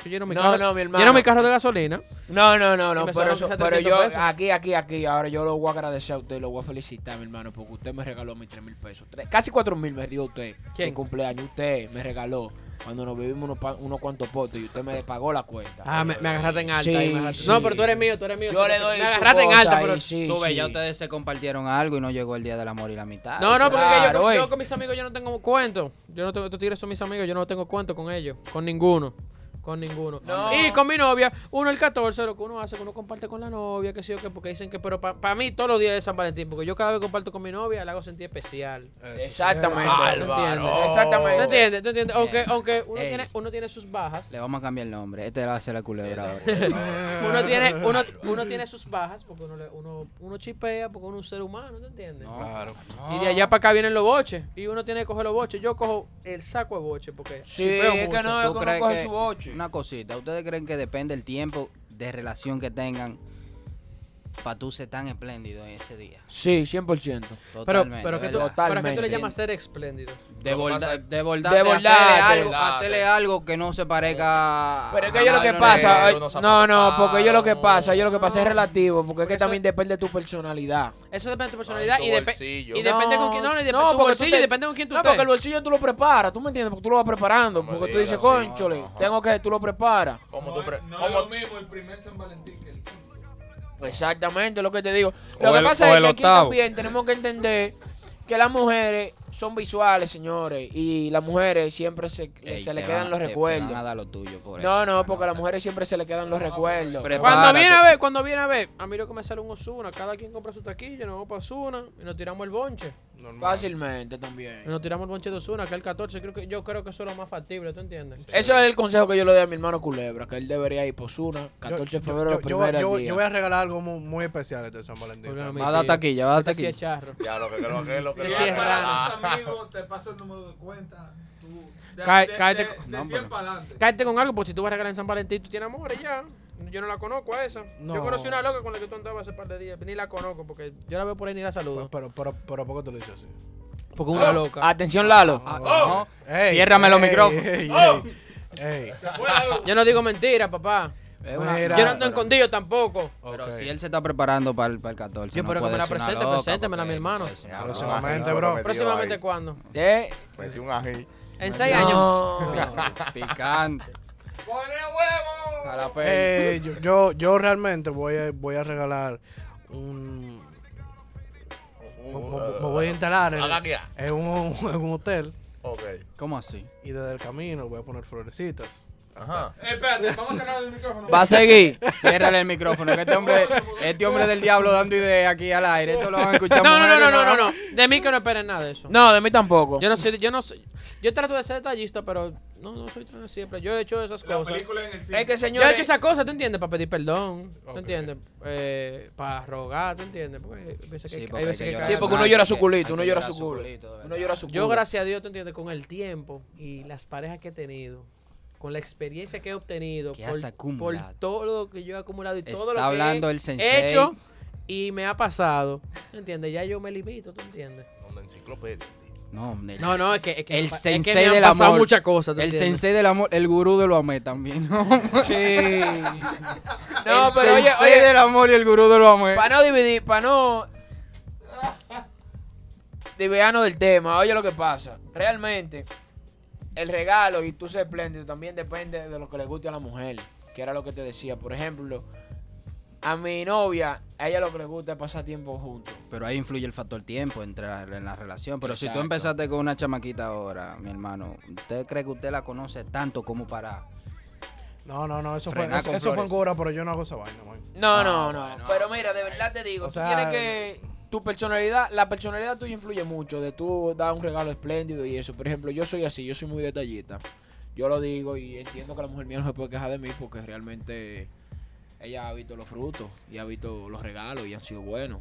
Speaker 6: Yo lleno mi
Speaker 3: No,
Speaker 6: carro,
Speaker 3: no, mi hermano.
Speaker 6: lleno mi carro de gasolina.
Speaker 3: No, no, no,
Speaker 6: Y
Speaker 3: no, pero,
Speaker 6: me sobraron
Speaker 3: eso-
Speaker 6: quizás
Speaker 3: pero
Speaker 6: 300
Speaker 3: yo
Speaker 6: pesos.
Speaker 3: aquí, aquí, aquí, ahora yo lo voy a agradecer a usted y lo voy a felicitar, mi hermano, porque usted me regaló mis 3 mil pesos. Tres- casi 4 mil me dio usted.
Speaker 6: ¿Quién?
Speaker 3: Mi cumpleaños, usted me regaló cuando nos bebimos unos, pa- unos cuantos potes y usted me pagó la cuenta.
Speaker 6: Ah, me, me agarraste en alta.
Speaker 3: Sí,
Speaker 6: ahí me agarraste.
Speaker 3: sí.
Speaker 6: No, pero tú eres mío, tú eres mío.
Speaker 3: yo
Speaker 6: sí,
Speaker 3: le
Speaker 6: sí.
Speaker 3: doy
Speaker 6: Me
Speaker 3: su
Speaker 6: agarraste en
Speaker 3: cosa
Speaker 6: alta,
Speaker 3: ahí,
Speaker 6: pero...
Speaker 3: sí,
Speaker 1: tú ves, ya
Speaker 3: sí.
Speaker 1: ustedes se compartieron algo y no llegó el día del amor y la mitad.
Speaker 6: No, no, porque
Speaker 3: Ah, Claro,
Speaker 6: yo, con-
Speaker 3: ey.
Speaker 6: yo con mis amigos yo no tengo cuento. Yo no tengo, estos tigres son mis amigos, yo no tengo cuento con ellos, con ninguno. Con ninguno.
Speaker 3: No.
Speaker 6: Y con mi novia, uno el 14, lo que uno hace, que uno comparte con la novia, que sí o qué, porque dicen que, pero para mí todos los días es San Valentín, porque yo cada vez que comparto con mi novia, la hago sentir especial.
Speaker 2: Eso sí,
Speaker 3: Exactamente.
Speaker 2: eso.
Speaker 4: Álvaro.
Speaker 3: Exactamente.
Speaker 6: ¿Tú entiendes? ¿Tú entiendes? Aunque,
Speaker 1: Ey.
Speaker 6: aunque uno,
Speaker 1: Ey.
Speaker 6: tiene, uno tiene sus bajas,
Speaker 1: Le vamos a cambiar el nombre. Este va a ser la culebra ahora.
Speaker 6: uno tiene, uno, uno tiene sus bajas, porque uno, le- uno, uno chipea, porque uno es un ser humano, ¿te entiendes?
Speaker 1: No.
Speaker 2: Claro.
Speaker 6: Y de allá para acá vienen los boches, y uno tiene que coger los boches. Yo cojo el saco de boches, porque...
Speaker 3: Sí,
Speaker 6: chipeo
Speaker 3: es que
Speaker 6: mucho.
Speaker 3: no, es
Speaker 1: ¿Tú
Speaker 3: que uno
Speaker 1: crees
Speaker 3: coge
Speaker 1: que-
Speaker 3: su ocho.
Speaker 1: Una cosita, ¿ustedes creen que depende el tiempo de relación que tengan para tú ser tan espléndido en ese día?
Speaker 3: Sí, 100%.
Speaker 6: Pero,
Speaker 1: Totalmente.
Speaker 6: pero, que tú,
Speaker 1: ¿verdad?
Speaker 6: pero que tú le
Speaker 3: Totalmente.
Speaker 6: llamas ser espléndido.
Speaker 1: De volda- de voldarte,
Speaker 3: De
Speaker 1: hacerle
Speaker 3: voldarte.
Speaker 1: algo, hacerle algo que no se parezca.
Speaker 3: Pero es
Speaker 1: a
Speaker 3: que yo lo
Speaker 1: nadie,
Speaker 3: que
Speaker 1: no
Speaker 3: pasa,
Speaker 1: le-
Speaker 4: negro, unos
Speaker 3: ay, no, no,
Speaker 4: zapatos
Speaker 3: porque yo lo que
Speaker 4: caros.
Speaker 3: pasa, yo lo que pasa es relativo, porque es
Speaker 6: Porque
Speaker 3: que
Speaker 6: eso-
Speaker 3: también depende de tu personalidad.
Speaker 6: Eso depende de tu personalidad
Speaker 4: tu
Speaker 6: y, depe-
Speaker 4: bolsillo.
Speaker 6: y depende con quién. No, y depende de tu
Speaker 3: porque tú
Speaker 6: bolsillo
Speaker 3: te-
Speaker 6: y depende con quién tú
Speaker 3: No,
Speaker 6: estés.
Speaker 3: porque el bolsillo tú lo preparas, tú me entiendes, porque tú lo vas preparando,
Speaker 4: No me
Speaker 3: porque tú
Speaker 4: digas,
Speaker 3: dices,
Speaker 4: sí,
Speaker 3: conchole,
Speaker 4: ajá.
Speaker 3: tengo que, tú lo preparas.
Speaker 4: Como
Speaker 5: No,
Speaker 4: tú pre-
Speaker 5: no es
Speaker 4: como-
Speaker 5: lo mismo el primer San Valentín que el quinto.
Speaker 3: Exactamente, es lo que te digo.
Speaker 6: O
Speaker 3: Lo que
Speaker 6: el-
Speaker 3: pasa
Speaker 6: o
Speaker 3: es
Speaker 6: el
Speaker 3: que aquí
Speaker 6: octavo.
Speaker 3: también tenemos que entender que las mujeres son visuales, señores, y las mujeres siempre se,
Speaker 1: Ey,
Speaker 3: se le
Speaker 1: te
Speaker 3: quedan
Speaker 1: van-
Speaker 3: los
Speaker 1: te- te
Speaker 3: recuerdos.
Speaker 1: van a dar lo tuyo por
Speaker 3: No,
Speaker 1: eso, Ah,
Speaker 3: no, porque a las
Speaker 1: manota.
Speaker 3: mujeres siempre se le quedan los recuerdos.
Speaker 1: Prepárate.
Speaker 6: Cuando viene a ver, cuando viene a ver, a mí lo que me sale un Osuna, cada quien compra su taquilla, nos vamos para Osuna y nos tiramos el bonche.
Speaker 2: Normal.
Speaker 3: Fácilmente
Speaker 6: Y
Speaker 3: también.
Speaker 6: nos tiramos el bonche de Osuna, que es el 14, creo que, yo creo que eso es lo más factible, ¿tú entiendes?
Speaker 3: Eso es el consejo que yo le doy a mi hermano Culebra, que él debería ir por Suna,
Speaker 2: Yo-
Speaker 3: 14 de
Speaker 2: yo-
Speaker 3: febrero,
Speaker 2: yo-
Speaker 3: los
Speaker 2: yo voy-
Speaker 3: primeros
Speaker 2: yo,
Speaker 3: días.
Speaker 2: yo voy a regalar algo mu- muy, especial este San Valentín.
Speaker 6: Porque no me
Speaker 1: Va a dar
Speaker 6: tira.
Speaker 1: taquilla, va a dar
Speaker 6: Este sí es
Speaker 1: taquilla.
Speaker 6: charro.
Speaker 4: Ya, lo que lo que lo que Ah,
Speaker 6: Sí,
Speaker 4: lo
Speaker 6: sí,
Speaker 4: que-
Speaker 6: es
Speaker 5: para
Speaker 6: raro.
Speaker 5: tus amigos, te paso el número de cuenta. Tú, de,
Speaker 6: Cállate-
Speaker 5: de-
Speaker 6: cállate
Speaker 5: de-
Speaker 6: con-
Speaker 5: de
Speaker 1: no,
Speaker 5: 100
Speaker 1: pero-
Speaker 5: para adelante.
Speaker 6: Cállate con algo, porque si tú vas a regalar en San Valentín, tú tienes amores ya. Yo no la conozco a esa.
Speaker 2: No.
Speaker 6: Yo conocí una loca con la que tú andabas hace par de días. Ni la conozco, porque yo la veo por ahí ni la
Speaker 2: Pero,
Speaker 6: saludo.
Speaker 2: pero, pero, pero ¿por qué tú lo dices así?
Speaker 6: Porque una loca.
Speaker 3: Ah, Atención, Lalo.
Speaker 6: Oh.
Speaker 1: Ah, no.
Speaker 2: Ey,
Speaker 1: Ciérrame los
Speaker 2: ey,
Speaker 1: micrófonos.
Speaker 2: ey, ey, ey.
Speaker 6: Yo no digo mentira, papá.
Speaker 1: Es una-
Speaker 2: Mira.
Speaker 6: Yo no ando escondido tampoco.
Speaker 1: Pero
Speaker 2: Ok.
Speaker 1: si él se está preparando para el, para el 14.
Speaker 6: Sí, pero
Speaker 1: no
Speaker 6: que me la
Speaker 1: puede ser una
Speaker 6: presente,
Speaker 1: loca,
Speaker 6: preséntemela,
Speaker 1: porque
Speaker 6: mi hermano.
Speaker 1: puede ser una loca.
Speaker 2: Próximamente,
Speaker 4: Ah,
Speaker 2: bro.
Speaker 4: metió
Speaker 6: Próximamente,
Speaker 4: ahí.
Speaker 6: ¿cuándo?
Speaker 3: Eh,
Speaker 4: Metí un ají.
Speaker 6: En seis años.
Speaker 3: no.
Speaker 1: Picante.
Speaker 5: ¡Pone huevo!
Speaker 1: Jalapeno.
Speaker 2: Eh, yo, yo, yo realmente voy a, voy a regalar un... Me,
Speaker 4: uh,
Speaker 2: me- me voy a instalar en,
Speaker 4: Haga guía.
Speaker 2: en un, en un hotel
Speaker 4: Ok.
Speaker 1: ¿Cómo así?
Speaker 2: y desde el camino voy a poner florecitas.
Speaker 4: Ajá.
Speaker 5: Eh, espérate, vamos a cerrar el micrófono.
Speaker 3: Va a seguir.
Speaker 1: Ciérrale el micrófono, que este hombre, este hombre del diablo dando ideas aquí al aire. Esto lo van a escuchar
Speaker 6: No, no, no,
Speaker 1: mujeres,
Speaker 6: no,
Speaker 1: lo
Speaker 6: no,
Speaker 1: van-
Speaker 6: no, no. De mí que no esperen nada de eso.
Speaker 3: No, de mí tampoco.
Speaker 6: Yo no sé, yo no sé. Yo trato de ser detallista, pero no, no soy tan siempre. Yo he hecho esas
Speaker 5: La
Speaker 6: cosas.
Speaker 5: película en el cine.
Speaker 3: Es que,
Speaker 6: Yo he hecho
Speaker 3: señores,
Speaker 6: esas cosas, ¿tú entiendes? Para pedir perdón, ¿tú
Speaker 4: Ok.
Speaker 6: entiendes? Eh, para rogar, ¿tú entiendes? Porque hay veces que,
Speaker 1: Sí,
Speaker 6: hay
Speaker 1: porque,
Speaker 6: veces
Speaker 1: hay
Speaker 6: que
Speaker 1: que
Speaker 6: cae
Speaker 3: sí,
Speaker 1: llorar
Speaker 3: porque
Speaker 6: mal.
Speaker 3: uno
Speaker 1: más,
Speaker 3: llora
Speaker 1: hay
Speaker 3: su
Speaker 1: que-
Speaker 3: culito,
Speaker 1: hay
Speaker 3: uno
Speaker 1: que
Speaker 3: llora
Speaker 1: llorar
Speaker 3: su
Speaker 1: su
Speaker 3: culo.
Speaker 1: culito, de
Speaker 3: Uno
Speaker 1: verdad.
Speaker 3: llora su culo.
Speaker 6: Yo, gracias a Dios, ¿tú entiendes? Con el tiempo y las parejas que he tenido, con la experiencia que he obtenido,
Speaker 1: Que
Speaker 6: por,
Speaker 1: has acumulado.
Speaker 6: por todo lo que yo he acumulado y todo
Speaker 1: Está
Speaker 6: lo que
Speaker 1: hablando
Speaker 6: he
Speaker 1: el sensei.
Speaker 6: hecho y me ha pasado, ¿tú entiendes? Ya yo me limito, ¿tú entiendes?
Speaker 4: Una enciclopedia.
Speaker 1: No, hombre,
Speaker 6: No, no, es que, es que
Speaker 1: El
Speaker 6: me pa- es que me
Speaker 1: sensei
Speaker 6: han
Speaker 1: del
Speaker 6: pasado
Speaker 1: amor.
Speaker 6: muchas cosas, ¿tú
Speaker 1: El
Speaker 6: entiendes?
Speaker 1: sensei del amor, el gurú del amé también. No,
Speaker 3: Sí.
Speaker 1: El
Speaker 3: No, pero oye,
Speaker 1: sensei
Speaker 3: oye,
Speaker 1: del amor y el gurú del amé.
Speaker 3: para no dividir, para no. Dividirnos del tema, oye lo que pasa. Realmente, el regalo y tú ser espléndido también depende de lo que le guste a la mujer, que era lo que te decía. Por ejemplo, a mi novia, a ella lo que le gusta es pasar tiempo juntos.
Speaker 1: Pero ahí influye el factor tiempo entre la, en la relación. Pero si tú
Speaker 3: Exacto.
Speaker 1: empezaste con una chamaquita ahora, mi hermano, ¿usted cree que usted la conoce tanto como para...?
Speaker 2: No, no, no, eso fue,
Speaker 1: Frenar
Speaker 2: eso,
Speaker 1: con
Speaker 2: eso fue en
Speaker 1: flores.
Speaker 2: Cura, pero yo no hago esa vaina, man.
Speaker 3: No,
Speaker 1: Ah,
Speaker 3: no, no.
Speaker 1: bueno,
Speaker 3: pero mira, de verdad te digo,
Speaker 2: O
Speaker 3: tú
Speaker 2: sea,
Speaker 3: tienes que. Tu personalidad, la personalidad tuya influye mucho, de tú dar un regalo espléndido y eso. Por ejemplo, yo soy así, yo soy muy detallista. Yo lo digo y entiendo que la mujer mía no se puede quejar de mí porque realmente ella ha visto los frutos y ha visto los regalos y han sido buenos.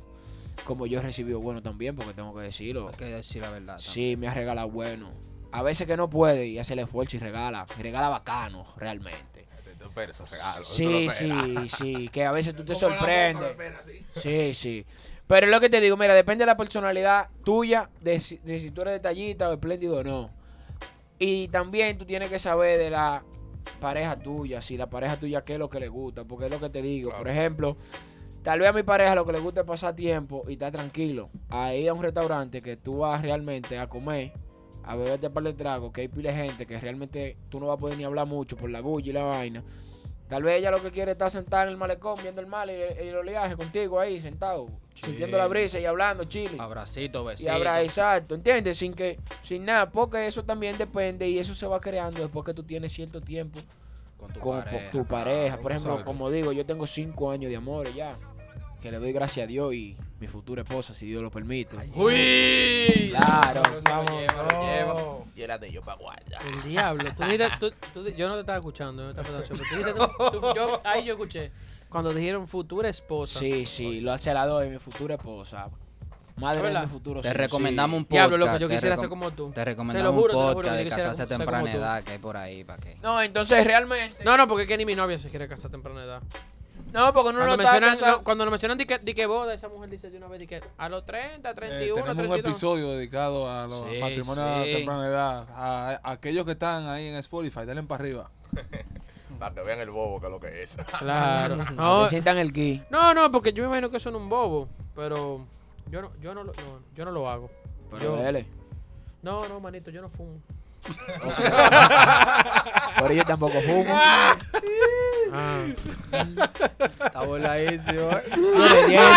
Speaker 3: Como yo he recibido bueno también, porque tengo que decirlo.
Speaker 2: ah,
Speaker 1: Hay que decir la verdad. también.
Speaker 3: Sí, me ha regalado bueno. A veces que no puede y hace el esfuerzo y regala. Y regala bacano, realmente.
Speaker 4: Pero eso Este es regalo. eso
Speaker 3: Sí,
Speaker 4: no es regalo.
Speaker 3: sí, sí, que a veces tú te
Speaker 5: Como la
Speaker 3: sorprendes.
Speaker 5: boca, la pena,
Speaker 3: Sí,
Speaker 5: sí.
Speaker 3: sí. Pero es lo que te digo, mira, depende de la personalidad tuya, de si, de si tú eres detallista o espléndido o no. Y también tú tienes que saber de la pareja tuya, si la pareja tuya qué es lo que le gusta, porque es lo que te digo. Por ejemplo, tal vez a mi pareja lo que le gusta es pasar tiempo y estar tranquilo. A ir a un restaurante que tú vas realmente a comer, a beberte un par de tragos, que hay pile gente que realmente tú no vas a poder ni hablar mucho por la bulla y la vaina. Tal vez ella lo que quiere es estar sentada en el malecón viendo el mar y y el oleaje contigo ahí, sentado,
Speaker 1: Sí.
Speaker 3: sintiendo la brisa y hablando, chile.
Speaker 1: Abracito,
Speaker 3: Y
Speaker 1: besito.
Speaker 3: habrá exacto, ¿entiendes? Sin que, sin nada, porque eso también depende y eso se va creando después que tú tienes cierto tiempo
Speaker 1: Con tu
Speaker 3: con po-
Speaker 1: pareja.
Speaker 3: tu pareja. Por ejemplo,
Speaker 2: exacto.
Speaker 3: como digo, yo tengo cinco años de amor ya. Que le doy gracias a Dios y mi futura esposa, si Dios lo permite.
Speaker 6: ¡Uy!
Speaker 3: Claro.
Speaker 2: Vamos, no.
Speaker 4: Y era de yo para guardar.
Speaker 6: El diablo. Tú dijiste- tú- tú di- yo no te estaba escuchando, yo no te estaba prestando atención, pero tú dijiste- tú- yo- ahí yo escuché. Cuando dijeron futura esposa.
Speaker 3: Sí, sí, lo se la doy, mi futura esposa. Madre de
Speaker 6: ¿Verdad?
Speaker 3: mi futuro.
Speaker 1: Te recomendamos un podcast.
Speaker 6: Diablo, loco, yo
Speaker 1: te
Speaker 6: quisiera
Speaker 1: recom-
Speaker 6: ser como tú.
Speaker 1: Te
Speaker 6: Te lo
Speaker 1: recomendamos
Speaker 6: juro, te lo
Speaker 1: un
Speaker 6: juro,
Speaker 1: podcast
Speaker 6: yo
Speaker 1: de
Speaker 6: quisiera
Speaker 1: casarse a
Speaker 6: ser como
Speaker 1: temprana
Speaker 6: tú.
Speaker 1: edad que hay por ahí, ¿para qué?
Speaker 3: No, entonces realmente.
Speaker 6: No, no, porque es que ni mi novia se quiere casar a temprana edad.
Speaker 3: No, porque uno
Speaker 6: Cuando,
Speaker 3: no está
Speaker 6: mencionan,
Speaker 3: casado.
Speaker 6: no, cuando lo mencionan di que, di que boda, esa mujer dice de una vez di que a los 30,
Speaker 7: Eh,
Speaker 6: 31,
Speaker 7: tenemos un
Speaker 6: 32.
Speaker 7: episodio dedicado a los
Speaker 1: Sí,
Speaker 7: matrimonios a
Speaker 1: sí.
Speaker 7: temprana edad. A, a aquellos que están ahí en Spotify, denle para arriba.
Speaker 4: Para que vean el bobo que es lo que es.
Speaker 6: Claro.
Speaker 3: No,
Speaker 6: No,
Speaker 3: que sientan el ki.
Speaker 6: no, no, porque yo me imagino que son un bobo, pero yo no, yo no, lo, no, yo no lo hago.
Speaker 3: Pero
Speaker 6: Yo-
Speaker 3: dele.
Speaker 6: No, no, manito, yo no fumo.
Speaker 3: Pero yo tampoco fumo.
Speaker 1: Está voladísimo.
Speaker 6: ¿eh?
Speaker 3: Yo no entiendo.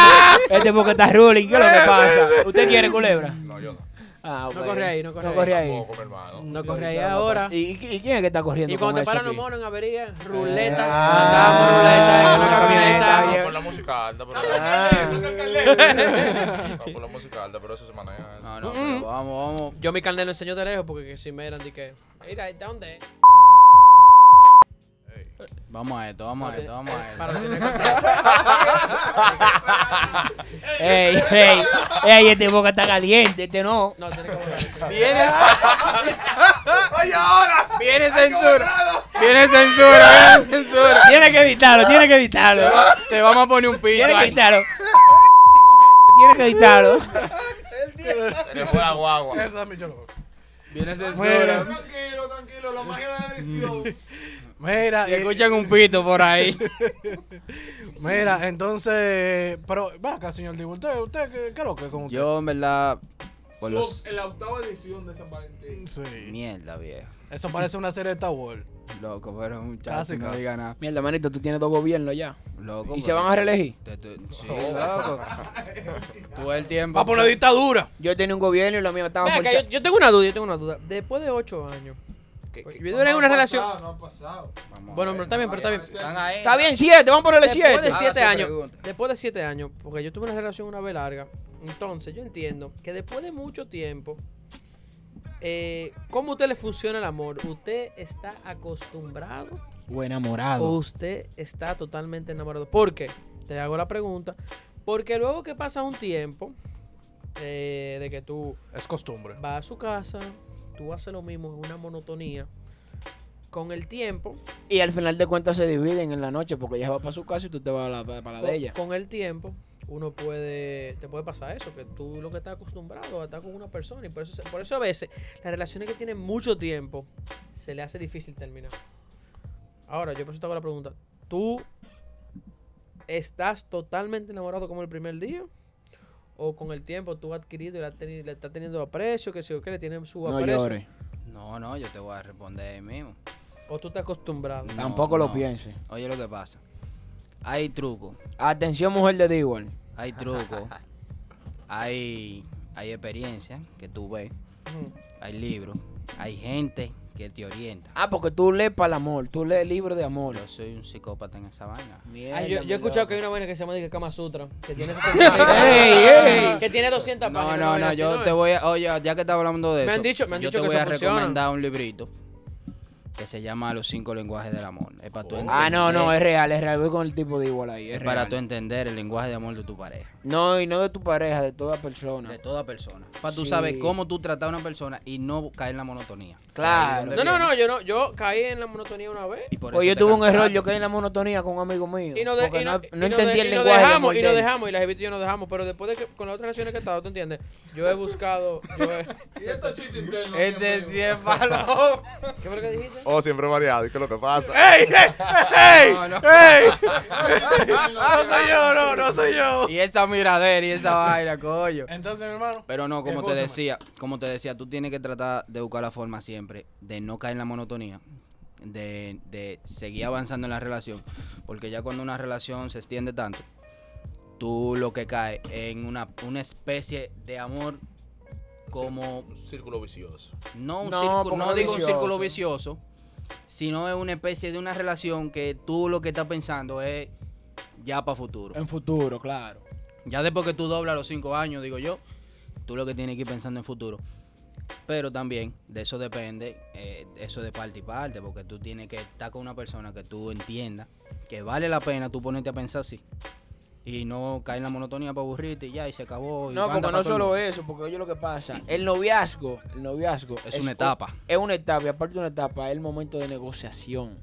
Speaker 3: Este porque está ruling. ¿Qué es lo que pasa? ¿Usted quiere culebra?
Speaker 4: No, yo no.
Speaker 3: Ah,
Speaker 6: No
Speaker 3: bueno.
Speaker 6: corre ahí, no corre ahí.
Speaker 3: ahí.
Speaker 4: Tampoco, mi hermano.
Speaker 6: No corre ahí ahora.
Speaker 3: ¿Y, y- y quién es que está corriendo?
Speaker 6: Y cuando
Speaker 3: con
Speaker 6: te
Speaker 3: eso
Speaker 6: paran los
Speaker 3: aquí? Eh,
Speaker 6: monos en avería, ruleta,
Speaker 3: Ah.
Speaker 6: mandamos ruleta en una
Speaker 3: Ah,
Speaker 6: camioneta.
Speaker 3: está bien.
Speaker 4: No, por la música alta, pero.
Speaker 3: Ah.
Speaker 4: No, por la música alta, pero eso se maneja.
Speaker 1: No, no,
Speaker 6: Mm.
Speaker 1: pero vamos, vamos.
Speaker 6: Yo mi carnet lo enseño de lejos porque que si me eran di que. Mira, ¿de dónde? es?"
Speaker 1: Vamos a esto, vamos a esto, vamos a esto.
Speaker 6: Para tener que-
Speaker 3: Ey, ey, ey, este boca está caliente, este no.
Speaker 6: No, tiene que volar.
Speaker 1: Viene. Viene censura. Viene censura, viene censura.
Speaker 3: Tiene que evitarlo, tiene que evitarlo.
Speaker 1: Te vamos a poner un pito.
Speaker 3: Tiene que
Speaker 1: ahí.
Speaker 3: evitarlo. Tiene que evitarlo.
Speaker 4: Se le fue la guagua.
Speaker 2: Esa es mi cholo.
Speaker 1: Viene censura.
Speaker 2: Bueno.
Speaker 5: Tranquilo, tranquilo, la magia de la edición.
Speaker 2: Mira,
Speaker 1: Y
Speaker 2: eh,
Speaker 1: escuchan un pito por ahí.
Speaker 2: mira, entonces, pero, vaca, señor Dibu, usted, usted, ¿qué, qué es lo que es con usted?
Speaker 1: Yo, en verdad, por los.
Speaker 5: Sub- En la octava edición de San Valentín.
Speaker 2: Sí.
Speaker 1: Mierda, viejo.
Speaker 2: Eso parece una serie de Star Wars.
Speaker 1: Loco, pero muchachos,
Speaker 2: Casi,
Speaker 1: no
Speaker 2: casi.
Speaker 1: diga nada.
Speaker 3: Mierda, manito, tú tienes dos gobiernos ya.
Speaker 1: Loco,
Speaker 3: ¿Y se
Speaker 1: pero-
Speaker 3: van a reelegir?
Speaker 1: Te- te- Sí, loco. Tú el tiempo.
Speaker 2: Va por la dictadura.
Speaker 3: Yo tenía un gobierno y los míos estaban
Speaker 6: Ven
Speaker 3: por
Speaker 6: acá, yo, yo tengo una duda, yo tengo una duda. Después de ocho años,
Speaker 4: que-
Speaker 6: Pues,
Speaker 4: que-
Speaker 6: yo duré en una relación.
Speaker 5: No ha pasado.
Speaker 1: Vamos a
Speaker 6: Bueno,
Speaker 1: ver.
Speaker 6: pero está bien, pero está bien.
Speaker 1: Están ahí.
Speaker 3: Está bien, siete, vamos a ponerle
Speaker 6: Después de
Speaker 3: siete.
Speaker 1: Haga
Speaker 6: siete
Speaker 1: su
Speaker 6: años.
Speaker 1: pregunta.
Speaker 6: Después de siete años, porque yo tuve una relación una vez larga. Entonces, yo entiendo que después de mucho tiempo, eh, ¿cómo a usted le funciona el amor? ¿Usted está acostumbrado
Speaker 1: O enamorado.
Speaker 6: o usted está totalmente enamorado? ¿Por qué? Te hago la pregunta. Porque luego que pasa un tiempo eh, de que tú
Speaker 2: Es costumbre.
Speaker 6: vas a su casa, tú haces lo mismo, es una monotonía. Con el tiempo,
Speaker 3: Y al final de cuentas se dividen en la noche porque ella va para su casa y tú te vas a la- para la
Speaker 6: con,
Speaker 3: de ella.
Speaker 6: con el tiempo uno puede te puede pasar eso que tú lo que estás acostumbrado a estar con una persona y por eso se- por eso a veces las relaciones que tienen mucho tiempo se le hace difícil terminar ahora yo por eso te hago la pregunta tú estás totalmente enamorado como el primer día o con el tiempo tú has adquirido y le, has teni- le está teniendo aprecio que si o que le tienen su aprecio
Speaker 1: No, no, yo te voy a responder ahí mismo.
Speaker 6: o tú estás acostumbrado
Speaker 1: No,
Speaker 3: Tampoco lo
Speaker 1: no.
Speaker 3: pienses.
Speaker 1: Oye lo que pasa. Hay truco,
Speaker 3: Atención, mujer de Dewar.
Speaker 1: hay truco, hay, hay experiencia que tú ves, hay libros, hay gente que te orienta.
Speaker 3: Ah, porque tú lees para el amor, tú lees libros de amor.
Speaker 1: Yo soy un psicópata en esa vaina.
Speaker 6: Ah, yo, yo he escuchado que hay una vaina que se llama de que Kama Sutra que tiene 76,
Speaker 3: Ey, ey.
Speaker 6: que tiene 200
Speaker 1: No,
Speaker 6: páginas
Speaker 1: no,
Speaker 6: vaina
Speaker 1: no,
Speaker 6: así,
Speaker 1: yo te voy a. Oye, ya que estás hablando de
Speaker 6: Me
Speaker 1: eso.
Speaker 6: han dicho- me han
Speaker 1: yo te
Speaker 6: dicho que
Speaker 1: voy
Speaker 6: eso
Speaker 1: a
Speaker 6: funciona.
Speaker 1: recomendar un librito que se llama Los cinco lenguajes del amor. Es para tu
Speaker 3: Ah, no, no, es real, es real. Voy con el tipo de igual ahí. Es,
Speaker 1: Es para tú
Speaker 3: real.
Speaker 1: entender el lenguaje de amor de tu pareja.
Speaker 3: No, y no de tu pareja, de toda persona.
Speaker 1: De toda persona. Para tú
Speaker 3: Sí.
Speaker 1: saber cómo tú tratas a una persona y no caer en la monotonía.
Speaker 3: Claro.
Speaker 6: No, no, no, yo no, yo caí en la monotonía una vez.
Speaker 1: Y por
Speaker 3: Pues
Speaker 1: eso
Speaker 3: yo
Speaker 1: te
Speaker 3: tuve un error,
Speaker 1: cansaste.
Speaker 3: yo quedé en la monotonía con un amigo mío.
Speaker 6: Y no, de-
Speaker 3: porque
Speaker 6: y no-
Speaker 3: no-
Speaker 6: y
Speaker 3: no
Speaker 6: no de-
Speaker 3: entendí el
Speaker 6: y no
Speaker 3: lenguaje. de amor
Speaker 6: dejamos, y
Speaker 3: de
Speaker 6: nos
Speaker 3: él.
Speaker 6: dejamos, y las evitas y yo nos dejamos. Pero después de que con las otras relaciones que he estado, ¿tú entiendes? Yo he buscado, yo he-
Speaker 5: Y esto es chiste interno.
Speaker 1: Este
Speaker 5: siempre,
Speaker 1: sí es malo.
Speaker 6: ¿Qué fue lo que dijiste?
Speaker 4: Oh, siempre variado. ¿Y qué es lo que pasa?
Speaker 1: No, no.
Speaker 2: No soy yo, no, no soy yo.
Speaker 1: Y esa miradera y esa vaina, coño.
Speaker 2: Entonces, mi hermano.
Speaker 1: Pero no, como te
Speaker 2: Escúchame.
Speaker 1: decía, como te decía, tú tienes que tratar de buscar la forma siempre de no caer en la monotonía, de, de seguir avanzando en la relación, porque ya cuando una relación se extiende tanto, tú lo que cae en una, una especie de amor como
Speaker 4: Un círculo vicioso.
Speaker 1: no un
Speaker 3: No,
Speaker 1: círculo,
Speaker 3: porque
Speaker 1: no
Speaker 3: no es
Speaker 1: digo un círculo
Speaker 3: vicioso.
Speaker 1: vicioso, sino es una especie de una relación que tú lo que estás pensando es ya para futuro.
Speaker 3: En futuro, claro.
Speaker 1: Ya después que tú doblas los cinco años, digo yo, tú lo que tienes que ir pensando en futuro. Pero también de eso depende, eh, eso de parte y parte, porque tú tienes que estar con una persona que tú entiendas que vale la pena tú ponerte a pensar así. Y no caer en la monotonía para aburrirte y ya, y se acabó. y
Speaker 3: No,
Speaker 1: banda
Speaker 3: porque
Speaker 1: pa'
Speaker 3: no
Speaker 1: todo el
Speaker 3: solo
Speaker 1: mundo.
Speaker 3: eso, porque oye lo que pasa. El noviazgo, el noviazgo
Speaker 1: Es una etapa.
Speaker 3: Es una etapa, y aparte de una etapa, es el momento de negociación.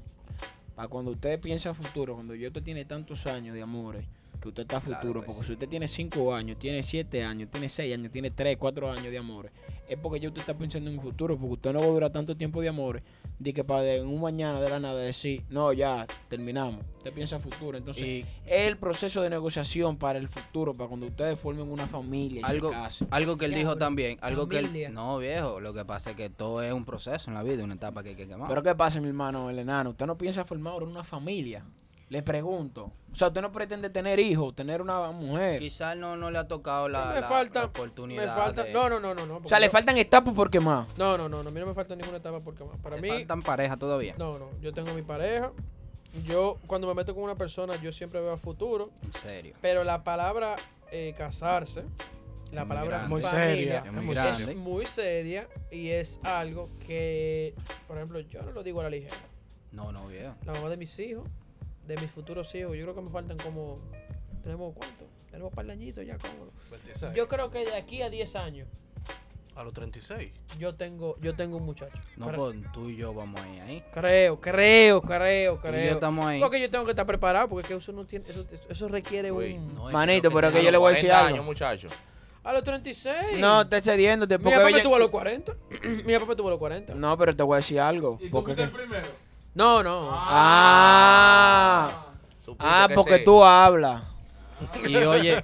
Speaker 3: Para cuando usted piensa a futuro, cuando yo usted tiene tantos años de amores, que usted está a
Speaker 1: Claro
Speaker 3: futuro,
Speaker 1: que
Speaker 3: porque
Speaker 1: sí.
Speaker 3: si usted tiene 5 años, tiene 7 años, tiene 6 años, tiene 3, 4 años de amores, es porque ya usted está pensando en un futuro, porque usted no va a durar tanto tiempo de amores, de que para de en un mañana de la nada decir, no, ya terminamos. Usted piensa a futuro, entonces
Speaker 1: Y
Speaker 3: es el proceso de negociación para el futuro, para cuando ustedes formen una familia y
Speaker 1: algo,
Speaker 3: se casen.
Speaker 1: algo que él
Speaker 6: Ya,
Speaker 1: dijo
Speaker 6: pero
Speaker 1: también, algo que
Speaker 6: familia.
Speaker 1: él... No, viejo, lo que pasa es que todo es un proceso en la vida, una etapa que hay que quemar.
Speaker 3: Pero ¿qué pasa, mi hermano, el enano? ¿Usted no piensa formar ahora una familia? Le pregunto. O sea, usted no pretende tener hijos, tener una mujer.
Speaker 1: Quizás no, no le ha tocado la,
Speaker 6: eh, me
Speaker 1: la- la
Speaker 6: falta,
Speaker 1: oportunidad.
Speaker 6: Me falta.
Speaker 1: de-
Speaker 6: No, no, no, no. no
Speaker 3: O sea, le
Speaker 6: porque
Speaker 3: faltan etapas porque más.
Speaker 6: yo- No, no, no, no. A mí no me falta ninguna etapa porque para
Speaker 1: le
Speaker 6: mí.
Speaker 1: faltan parejas todavía.
Speaker 6: No, no. Yo tengo mi pareja. Yo, cuando me meto con una persona, yo siempre veo a futuro.
Speaker 1: En serio.
Speaker 6: Pero la palabra eh, casarse, la
Speaker 1: Muy
Speaker 6: palabra
Speaker 1: grande.
Speaker 2: Muy
Speaker 6: familia,
Speaker 2: seria.
Speaker 1: Es muy
Speaker 6: es
Speaker 1: grande.
Speaker 6: muy seria y es algo que, por ejemplo, yo no lo digo a la ligera.
Speaker 1: No, no, viejo.
Speaker 6: La mamá de mis hijos, de mis futuros hijos, yo creo que me faltan como. ¿Tenemos cuánto? Tenemos un par de añitos ya, cómodo.
Speaker 2: 26.
Speaker 6: Yo creo que de aquí a 10 años
Speaker 2: A los 36.
Speaker 6: yo tengo yo tengo un muchacho.
Speaker 1: No,
Speaker 6: Cre-
Speaker 1: pues tú y yo vamos ahí, ahí.
Speaker 6: creo, creo, creo,
Speaker 1: Tú y yo
Speaker 6: creo.
Speaker 1: estamos ahí.
Speaker 6: Porque yo tengo que estar preparado porque es que eso no tiene eso, eso- eso requiere
Speaker 4: Uy,
Speaker 6: un
Speaker 1: No, es
Speaker 3: Manito,
Speaker 1: lo
Speaker 3: pero
Speaker 1: te
Speaker 3: que yo
Speaker 1: digo,
Speaker 3: le voy a decir
Speaker 4: 40
Speaker 3: algo.
Speaker 4: años, muchacho.
Speaker 6: a los 36.
Speaker 3: No, está excediéndote.
Speaker 6: mi
Speaker 3: Porque
Speaker 6: papá
Speaker 3: oye-
Speaker 6: me tuvo a los 40. mi papá me tuvo a los 40.
Speaker 3: No, pero te voy a decir algo.
Speaker 5: Y tú
Speaker 3: Porque...
Speaker 5: fuiste el primero.
Speaker 6: No, no.
Speaker 3: Ah,
Speaker 4: Supiste
Speaker 3: ah,
Speaker 4: que
Speaker 3: porque
Speaker 4: sí.
Speaker 3: tú hablas.
Speaker 1: Y oye,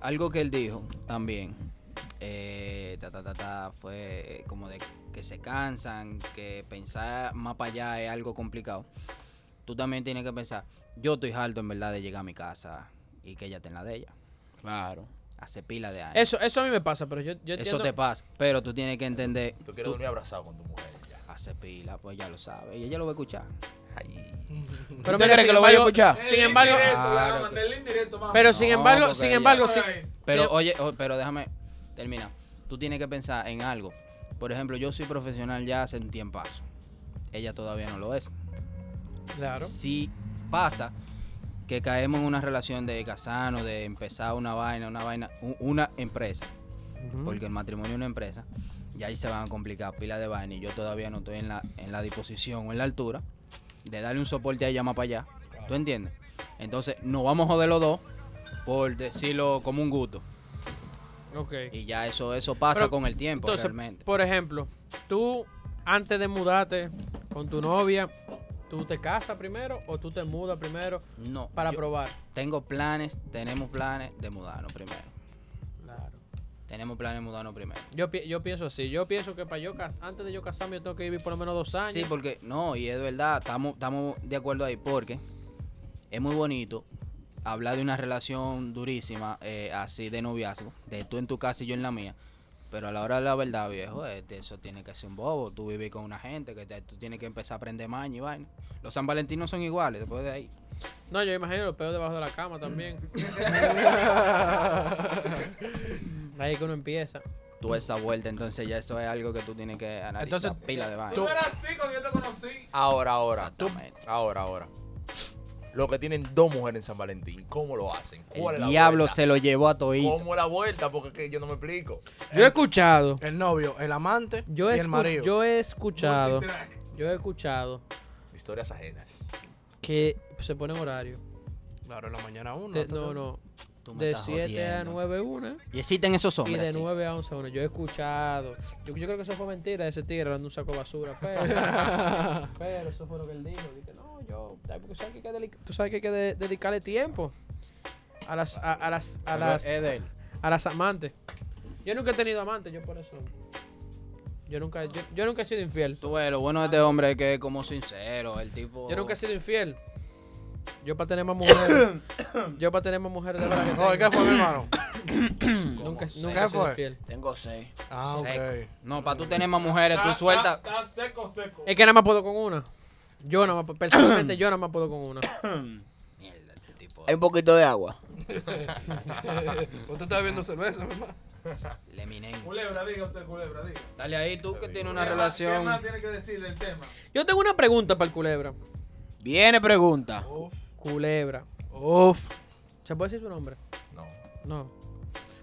Speaker 1: algo que él dijo también, eh, ta, ta, ta, ta, fue eh, como de que se cansan, que pensar más para allá es algo complicado. Tú también tienes que pensar, yo estoy harto en verdad de llegar a mi casa y que ella esté en la de ella.
Speaker 3: Claro.
Speaker 1: Hace pila de años.
Speaker 6: Eso, eso a mí me pasa, pero yo,
Speaker 1: Eso
Speaker 6: yo entiendo.
Speaker 1: te pasa, pero tú tienes que entender.
Speaker 4: Tú quieres dormir abrazado con tu mujer. ya.
Speaker 1: hace pila, pues ya lo sabe. Y ella lo va a escuchar.
Speaker 3: ¿Usted
Speaker 6: Pero mira,
Speaker 3: cree
Speaker 6: sin
Speaker 3: que lo vaya a
Speaker 6: embargo-
Speaker 3: escuchar?
Speaker 6: Sin embargo,
Speaker 5: Indirecto, le van a
Speaker 1: Claro
Speaker 5: mandar el indirecto, mamá.
Speaker 6: pero sin
Speaker 1: No,
Speaker 6: embargo,
Speaker 1: porque
Speaker 6: sin em-
Speaker 1: ya-
Speaker 6: embargo,
Speaker 5: Por
Speaker 6: sí.
Speaker 5: ahí.
Speaker 1: Pero
Speaker 6: Sí.
Speaker 1: oye, o- pero déjame termina. Tú tienes que pensar en algo. Por ejemplo, yo soy profesional ya hace un tiempazo. Ella todavía no lo es.
Speaker 6: Claro.
Speaker 1: Si pasa que caemos en una relación de casarnos, de empezar una vaina, una vaina, u- una empresa, porque el matrimonio es una empresa, y ahí se van a complicar pila de vaina y yo todavía no estoy en la, en la disposición o en la altura de darle un soporte a ella más para allá. ¿Tú entiendes? Entonces, nos vamos a joder los dos por decirlo como un gusto.
Speaker 6: Ok.
Speaker 1: Y ya eso, eso pasa
Speaker 6: Pero,
Speaker 1: con el tiempo
Speaker 6: Entonces,
Speaker 1: realmente.
Speaker 6: por ejemplo, tú antes de mudarte con tu novia, ¿tú te casas primero o tú te mudas primero
Speaker 1: No.
Speaker 6: para
Speaker 1: yo
Speaker 6: probar?
Speaker 1: tengo planes, tenemos planes de mudarnos primero. Tenemos planes de mudarnos primero.
Speaker 6: Yo, pi- yo pienso así. Yo pienso que para yo ca- antes de yo casarme yo tengo que vivir por lo menos dos años.
Speaker 1: Sí, porque no, y es verdad, estamos estamos de acuerdo ahí, porque es muy bonito hablar de una relación durísima, eh, así de noviazgo, de tú en tu casa y yo en la mía. Pero a la hora de la verdad, viejo, eh, de eso tiene que ser un bobo. Tú vivir con una gente que te- tú tienes que empezar a aprender maña y vaina. Los San Valentinos son iguales después de ahí.
Speaker 6: No, yo imagino los peos debajo de la cama también. Ahí es que uno empieza.
Speaker 1: Tú esa vuelta, entonces ya eso es algo que tú tienes que analizar.
Speaker 2: Entonces,
Speaker 1: pila de vaina.
Speaker 5: Tú no eras así cuando yo te conocí.
Speaker 4: Ahora, ahora. tú-
Speaker 1: Exactamente.
Speaker 4: ahora, ahora. Los que tienen dos mujeres en San Valentín, ¿cómo lo hacen? ¿Cuál es
Speaker 1: El
Speaker 4: la
Speaker 1: diablo
Speaker 4: vuelta?
Speaker 1: se lo llevó a Toí.
Speaker 4: ¿Cómo es la vuelta? Porque es que yo no me explico.
Speaker 6: Yo he escuchado.
Speaker 2: El novio, el amante
Speaker 6: Yo
Speaker 2: y
Speaker 6: he,
Speaker 2: el
Speaker 6: escu-
Speaker 2: marido.
Speaker 6: yo he escuchado.
Speaker 5: Multitrack.
Speaker 6: Yo he escuchado
Speaker 4: Historias ajenas.
Speaker 6: que se pone horario.
Speaker 2: Claro, en la mañana uno.
Speaker 6: De-
Speaker 2: hasta
Speaker 6: Eh, no,
Speaker 2: tarde.
Speaker 6: no. De 7 a 9 una.
Speaker 1: Y existen esos
Speaker 6: Y
Speaker 1: hombres.
Speaker 6: de
Speaker 1: así.
Speaker 6: 9 a 11 una. Yo he escuchado. Yo, yo creo que eso fue mentira de ese tigre dando un saco de basura. Pero, pero eso fue lo que él dijo. Dije, no, yo. ay, Porque tú sabes que hay que, deli- tú sabes que hay que de- dedicarle tiempo a las, a, a las, a
Speaker 2: Pero
Speaker 6: las,
Speaker 2: es de él.
Speaker 6: a las amantes. Yo nunca he tenido amantes, yo por eso. Yo nunca, yo, yo nunca he sido infiel.
Speaker 1: Tú ves, lo bueno de este hombre es que es como sincero, el tipo...
Speaker 6: Yo nunca he sido infiel. Yo para tener más mujeres. yo para tener más mujeres de verdad que
Speaker 2: No, ¿y
Speaker 6: tengo.
Speaker 2: ¿qué fue, mi hermano?
Speaker 6: Nunca,
Speaker 1: sé.
Speaker 6: nunca he
Speaker 2: ¿Qué fue?
Speaker 6: sido infiel.
Speaker 1: Tengo seis.
Speaker 2: Ah, ok.
Speaker 1: No, para tú tener más mujeres, tú
Speaker 5: Está-
Speaker 1: sueltas...
Speaker 5: Está está seco, seco.
Speaker 3: Eh.
Speaker 6: Es que nada más puedo con una. Yo nada más, personalmente yo nada más puedo con una.
Speaker 1: Mierda, este tipo
Speaker 3: Hay un poquito de agua.
Speaker 2: Usted está bebiendo cerveza, mi hermano.
Speaker 1: le minen.
Speaker 5: Culebra, diga usted, culebra, diga.
Speaker 1: Dale ahí tú que tienes una
Speaker 5: ¿Qué más- ¿Qué más
Speaker 1: relación...
Speaker 5: tiene que decir del tema?
Speaker 6: Yo tengo una pregunta para el culebra.
Speaker 3: Viene pregunta.
Speaker 2: Uf,
Speaker 6: Culebra.
Speaker 2: uf.
Speaker 6: ¿Se puede decir su nombre?
Speaker 4: No.
Speaker 6: No.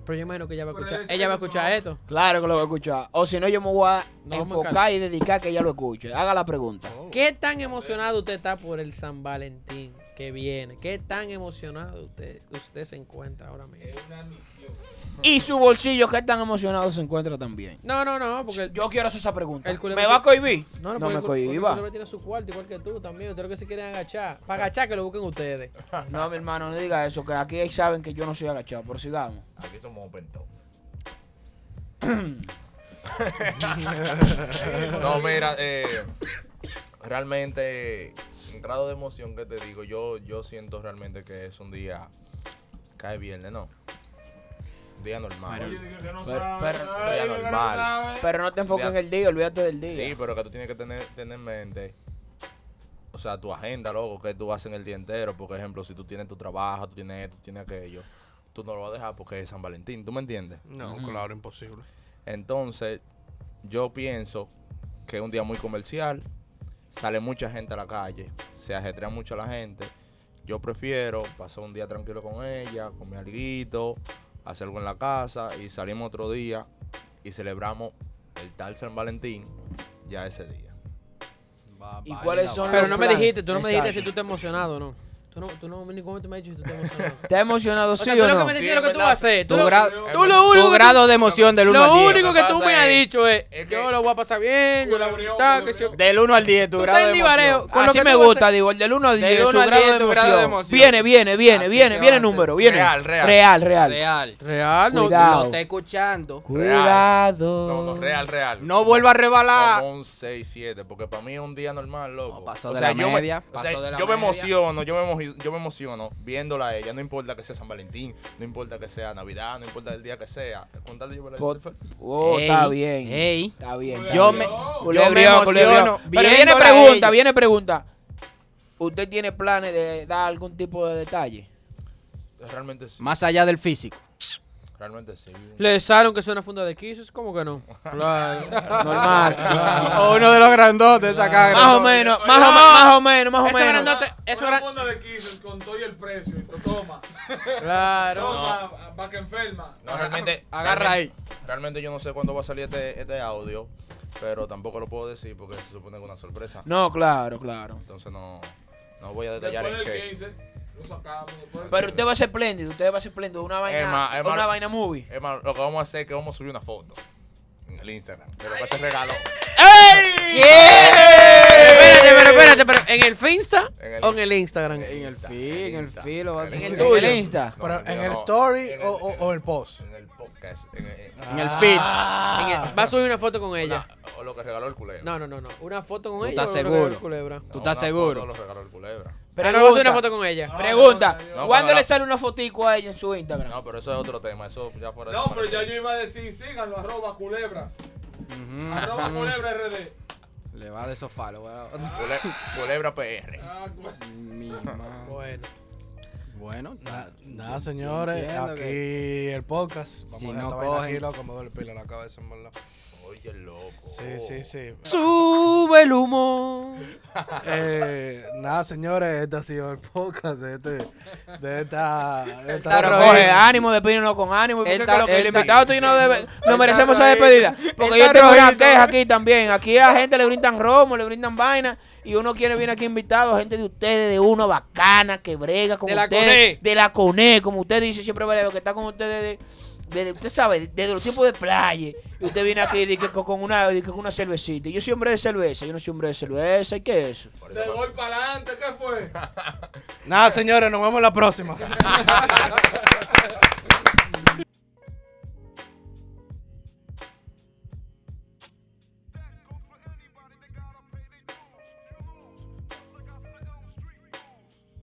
Speaker 6: Pero yo imagino que ella va a
Speaker 5: Pero
Speaker 6: escuchar.
Speaker 5: ese-
Speaker 6: Ella va a
Speaker 5: ese es su
Speaker 6: escuchar
Speaker 5: nombre.
Speaker 6: esto.
Speaker 3: Claro que lo voy a escuchar. O si no, yo me voy a
Speaker 6: No, vamos a
Speaker 3: enfocar y dedicar que ella lo escuche. Haga la pregunta.
Speaker 6: ¿Qué tan emocionado usted está por el San Valentín que viene? ¿Qué tan emocionado usted, usted se encuentra ahora mismo?
Speaker 5: Es una misión.
Speaker 3: Y su bolsillo, que tan emocionado se encuentra también.
Speaker 6: No, no, no, porque
Speaker 3: Yo quiero hacer esa pregunta.
Speaker 6: El culebra-
Speaker 3: ¿Me va a cohibir?
Speaker 6: No,
Speaker 3: No,
Speaker 6: no,
Speaker 3: me
Speaker 6: porque el cu- porque el
Speaker 3: cohiba.
Speaker 6: culebra tiene su cuarto igual que tú también. Ustedes lo que se quieren agachar. Para agachar que lo busquen ustedes.
Speaker 3: No, mi hermano, no diga eso, que aquí saben que yo no soy agachado, pero sigamos.
Speaker 4: Aquí somos open top. no, mira, eh, realmente, el grado de emoción que te digo, yo, yo siento realmente que es un día, cae viernes, ¿no? Día normal.
Speaker 5: Oye, diga que no
Speaker 3: Pero-
Speaker 5: sabe.
Speaker 3: pero-
Speaker 5: ay,
Speaker 4: pero
Speaker 5: diga que no
Speaker 4: normal.
Speaker 5: sabe.
Speaker 3: Pero no te enfoques en el día, olvídate del día.
Speaker 4: Sí, pero que tú tienes que tener, tener en mente, o sea, tu agenda, loco, que tú haces en el día entero. Por ejemplo, si tú tienes tu trabajo, tú tienes esto, tú tienes aquello, tú no lo vas a dejar porque es San Valentín, ¿tú me entiendes?
Speaker 2: No, claro, imposible.
Speaker 4: Entonces, yo pienso que es un día muy comercial, sale mucha gente a la calle, se ajetrea mucho la gente. Yo prefiero pasar un día tranquilo con ella, comer alguito, hacer algo en la casa y salimos otro día y celebramos el tal San Valentín ya ese día.
Speaker 1: Va-
Speaker 3: ¿Y
Speaker 1: válida,
Speaker 3: cuáles son
Speaker 1: válida.
Speaker 6: Pero no me
Speaker 3: plan.
Speaker 6: dijiste, tú no me dijiste
Speaker 3: Exacto.
Speaker 6: si tú estás emocionado o no. Tú no, tú no, ni cómo tú me has dicho si tú estás emocionado.
Speaker 3: ¿Estás emocionado,
Speaker 6: O sea,
Speaker 3: sí
Speaker 6: tú
Speaker 3: o
Speaker 6: lo que
Speaker 3: no?
Speaker 6: me
Speaker 4: Sí,
Speaker 6: decías
Speaker 4: es
Speaker 6: lo que tú
Speaker 4: verdad.
Speaker 6: vas a hacer. Tú
Speaker 1: Tu,
Speaker 6: lo,
Speaker 1: gra-
Speaker 6: tú lo
Speaker 1: tu
Speaker 6: único que tú-
Speaker 1: grado de emoción del 1
Speaker 6: lo
Speaker 1: al 10.
Speaker 6: único que tú
Speaker 4: pasa
Speaker 6: me has
Speaker 4: es-
Speaker 6: dicho es,
Speaker 4: es que-
Speaker 6: yo lo voy a pasar bien, yo la voy a
Speaker 5: Culebreo,
Speaker 6: gustar, que
Speaker 5: culebreo.
Speaker 6: si-
Speaker 1: Del 1 al 10, tu
Speaker 6: Tú
Speaker 1: grado
Speaker 6: estás
Speaker 1: de
Speaker 6: en
Speaker 1: emoción.
Speaker 6: divareo. con lo
Speaker 3: Así
Speaker 6: que
Speaker 3: me
Speaker 6: tú vas a
Speaker 3: gusta,
Speaker 6: hacer-
Speaker 3: digo, el del 1 al 10,
Speaker 1: uno
Speaker 3: su
Speaker 1: al
Speaker 3: grado
Speaker 1: 10
Speaker 3: de
Speaker 1: tu grado de
Speaker 3: emoción.
Speaker 1: emoción.
Speaker 3: Viene, viene, viene,
Speaker 1: Así
Speaker 3: viene,
Speaker 1: que
Speaker 3: viene
Speaker 1: va a
Speaker 3: número,
Speaker 1: ser-
Speaker 3: viene.
Speaker 4: Real, real.
Speaker 3: Real, real.
Speaker 1: Real.
Speaker 6: Real, no.
Speaker 3: Cuidado.
Speaker 1: Lo está escuchando.
Speaker 3: Cuidado.
Speaker 4: No, no, real, real.
Speaker 1: No vuelva a rebalar.
Speaker 4: Como un 6, 7, porque para mí es un día normal, loco.
Speaker 1: No, pasó de la
Speaker 4: yo
Speaker 1: media,
Speaker 4: Me, o
Speaker 1: pasó
Speaker 4: sea,
Speaker 1: de la
Speaker 4: yo me
Speaker 1: media.
Speaker 4: emociono, yo me, mi- yo me emociono viéndola a ella, no importa que sea San Valentín, no importa que sea Navidad, no importa el día que sea. Con tal de yo verla-
Speaker 3: Pot- Oh,
Speaker 1: Ey,
Speaker 3: está bien.
Speaker 1: ey.
Speaker 3: Está bien. está
Speaker 1: Yo
Speaker 3: bien.
Speaker 1: me, yo me
Speaker 3: Culebreó,
Speaker 1: emociono.
Speaker 3: culebreó. Pero viene
Speaker 1: viéndola a
Speaker 3: pregunta,
Speaker 1: ella.
Speaker 3: viene pregunta. ¿Usted tiene planes de dar algún tipo de detalle?
Speaker 4: Realmente sí.
Speaker 1: Más allá del físico.
Speaker 4: Realmente sí.
Speaker 6: Le desaron que suena funda de quisos, ¿cómo que no? Claro.
Speaker 3: Normal.
Speaker 6: Ah.
Speaker 1: O uno de los grandotes esa
Speaker 3: más o
Speaker 1: cara.
Speaker 3: menos,
Speaker 5: Eso
Speaker 3: más o,
Speaker 5: ya.
Speaker 3: más o menos, más o
Speaker 6: Ese
Speaker 3: menos.
Speaker 6: grandote, eso
Speaker 5: Una
Speaker 6: era.
Speaker 5: funda de quisos con todo y el precio. Y to- toma.
Speaker 6: Claro.
Speaker 5: Toma, para que enferma.
Speaker 4: No, realmente,
Speaker 1: Agarra ahí.
Speaker 4: realmente- Realmente yo no sé cuándo va a salir este, este audio, pero tampoco lo puedo decir porque se supone que es una sorpresa.
Speaker 3: No, claro, claro.
Speaker 4: Entonces no, no voy a detallar en
Speaker 5: Después del
Speaker 4: qué.
Speaker 5: 15, lo sacamos. después del
Speaker 3: Pero
Speaker 5: 15.
Speaker 3: usted va a ser espléndido, usted va a ser espléndido. Una vaina,
Speaker 4: Emma, Emma-
Speaker 3: una vaina movie.
Speaker 4: Es más, lo que vamos a hacer es que vamos a subir una foto en el Instagram. este Pero que te regaló.
Speaker 6: Espérate, pero espérate, pero ¿en el Finsta
Speaker 4: En el
Speaker 6: o en el Instagram?
Speaker 1: En el
Speaker 4: Insta,
Speaker 1: feed, en el
Speaker 4: Insta,
Speaker 1: feed, lo va a
Speaker 4: en
Speaker 1: tener.
Speaker 4: el
Speaker 3: En
Speaker 4: Insta.
Speaker 3: el Insta.
Speaker 4: No,
Speaker 2: Pero
Speaker 4: mío
Speaker 2: en el
Speaker 4: no.
Speaker 2: story
Speaker 4: En
Speaker 2: o, o- o el post.
Speaker 4: En el podcast. En el, en-
Speaker 1: En el
Speaker 2: Ah.
Speaker 1: feed.
Speaker 6: En el- Va a subir una foto con ella.
Speaker 4: una- o lo que regaló el culebra.
Speaker 6: No, no, no, no. Una foto con
Speaker 1: ¿Tú
Speaker 6: ella.
Speaker 1: estás
Speaker 6: o lo que era el
Speaker 1: seguro?
Speaker 6: Culebra.
Speaker 1: ¿Tú estás
Speaker 4: una
Speaker 1: seguro?
Speaker 4: foto Lo regaló el culebra.
Speaker 6: Pero no
Speaker 3: Pregunta,
Speaker 6: va a subir una foto con ella.
Speaker 3: pregunta.
Speaker 4: No,
Speaker 3: ¿Cuándo
Speaker 4: no,
Speaker 3: le
Speaker 4: no.
Speaker 3: sale una fotico a ella en su Instagram?
Speaker 4: No, pero eso es otro tema. Eso ya fuera de
Speaker 5: No, pero ya
Speaker 4: parte.
Speaker 5: yo iba a decir, síganlo, arroba culebra.
Speaker 1: Ujú.
Speaker 5: Arroba culebra RD.
Speaker 1: Le va de sofá, lo va a-
Speaker 4: Cule- culebra PR.
Speaker 5: Ah, bueno.
Speaker 1: Mi ma-
Speaker 2: Bueno.
Speaker 1: Bueno,
Speaker 2: Na- Nada, señores.
Speaker 1: Entiendo
Speaker 2: Aquí el podcast. Vamos
Speaker 1: Si
Speaker 2: a dejar
Speaker 1: no
Speaker 2: esta vaina
Speaker 1: cogen-
Speaker 2: aquí, loco. Me duele el pelo en la cabeza, en verdad.
Speaker 4: Oye, loco.
Speaker 2: Sí, sí, sí.
Speaker 6: Sube el humo.
Speaker 2: Eh, nada, señores. Este ha sido el podcast de, este, de esta. De esta
Speaker 3: Pero
Speaker 2: rodilla.
Speaker 3: coge ah. ánimo, despídenlo con ánimo. porque
Speaker 1: Él
Speaker 3: es que
Speaker 1: ta-
Speaker 3: lo que el
Speaker 1: él ta-
Speaker 3: invitado tuyo no debe- no merecemos esa
Speaker 1: rojito.
Speaker 3: despedida.
Speaker 1: Él
Speaker 3: Porque yo
Speaker 1: ta
Speaker 3: tengo una
Speaker 1: rojito.
Speaker 3: queja aquí también. Aquí a gente le brindan romo, le brindan vaina. Y uno quiere venir aquí invitado, gente de ustedes, de uno bacana, que brega con
Speaker 6: De la
Speaker 3: ustedes.
Speaker 6: CONE.
Speaker 3: De la CONE, como usted dice siempre, Valero, que está con ustedes de- de- de- usted sabe, desde los tiempos de playa, y usted viene aquí dice que con, con una, dice que con una cervecita. Yo soy hombre de cerveza, yo no soy hombre de cerveza, ¿y qué es eso?
Speaker 4: Por
Speaker 5: De
Speaker 4: eso-
Speaker 5: gol para adelante, ¿qué fue?
Speaker 2: Nada, señores. Nos vemos la próxima.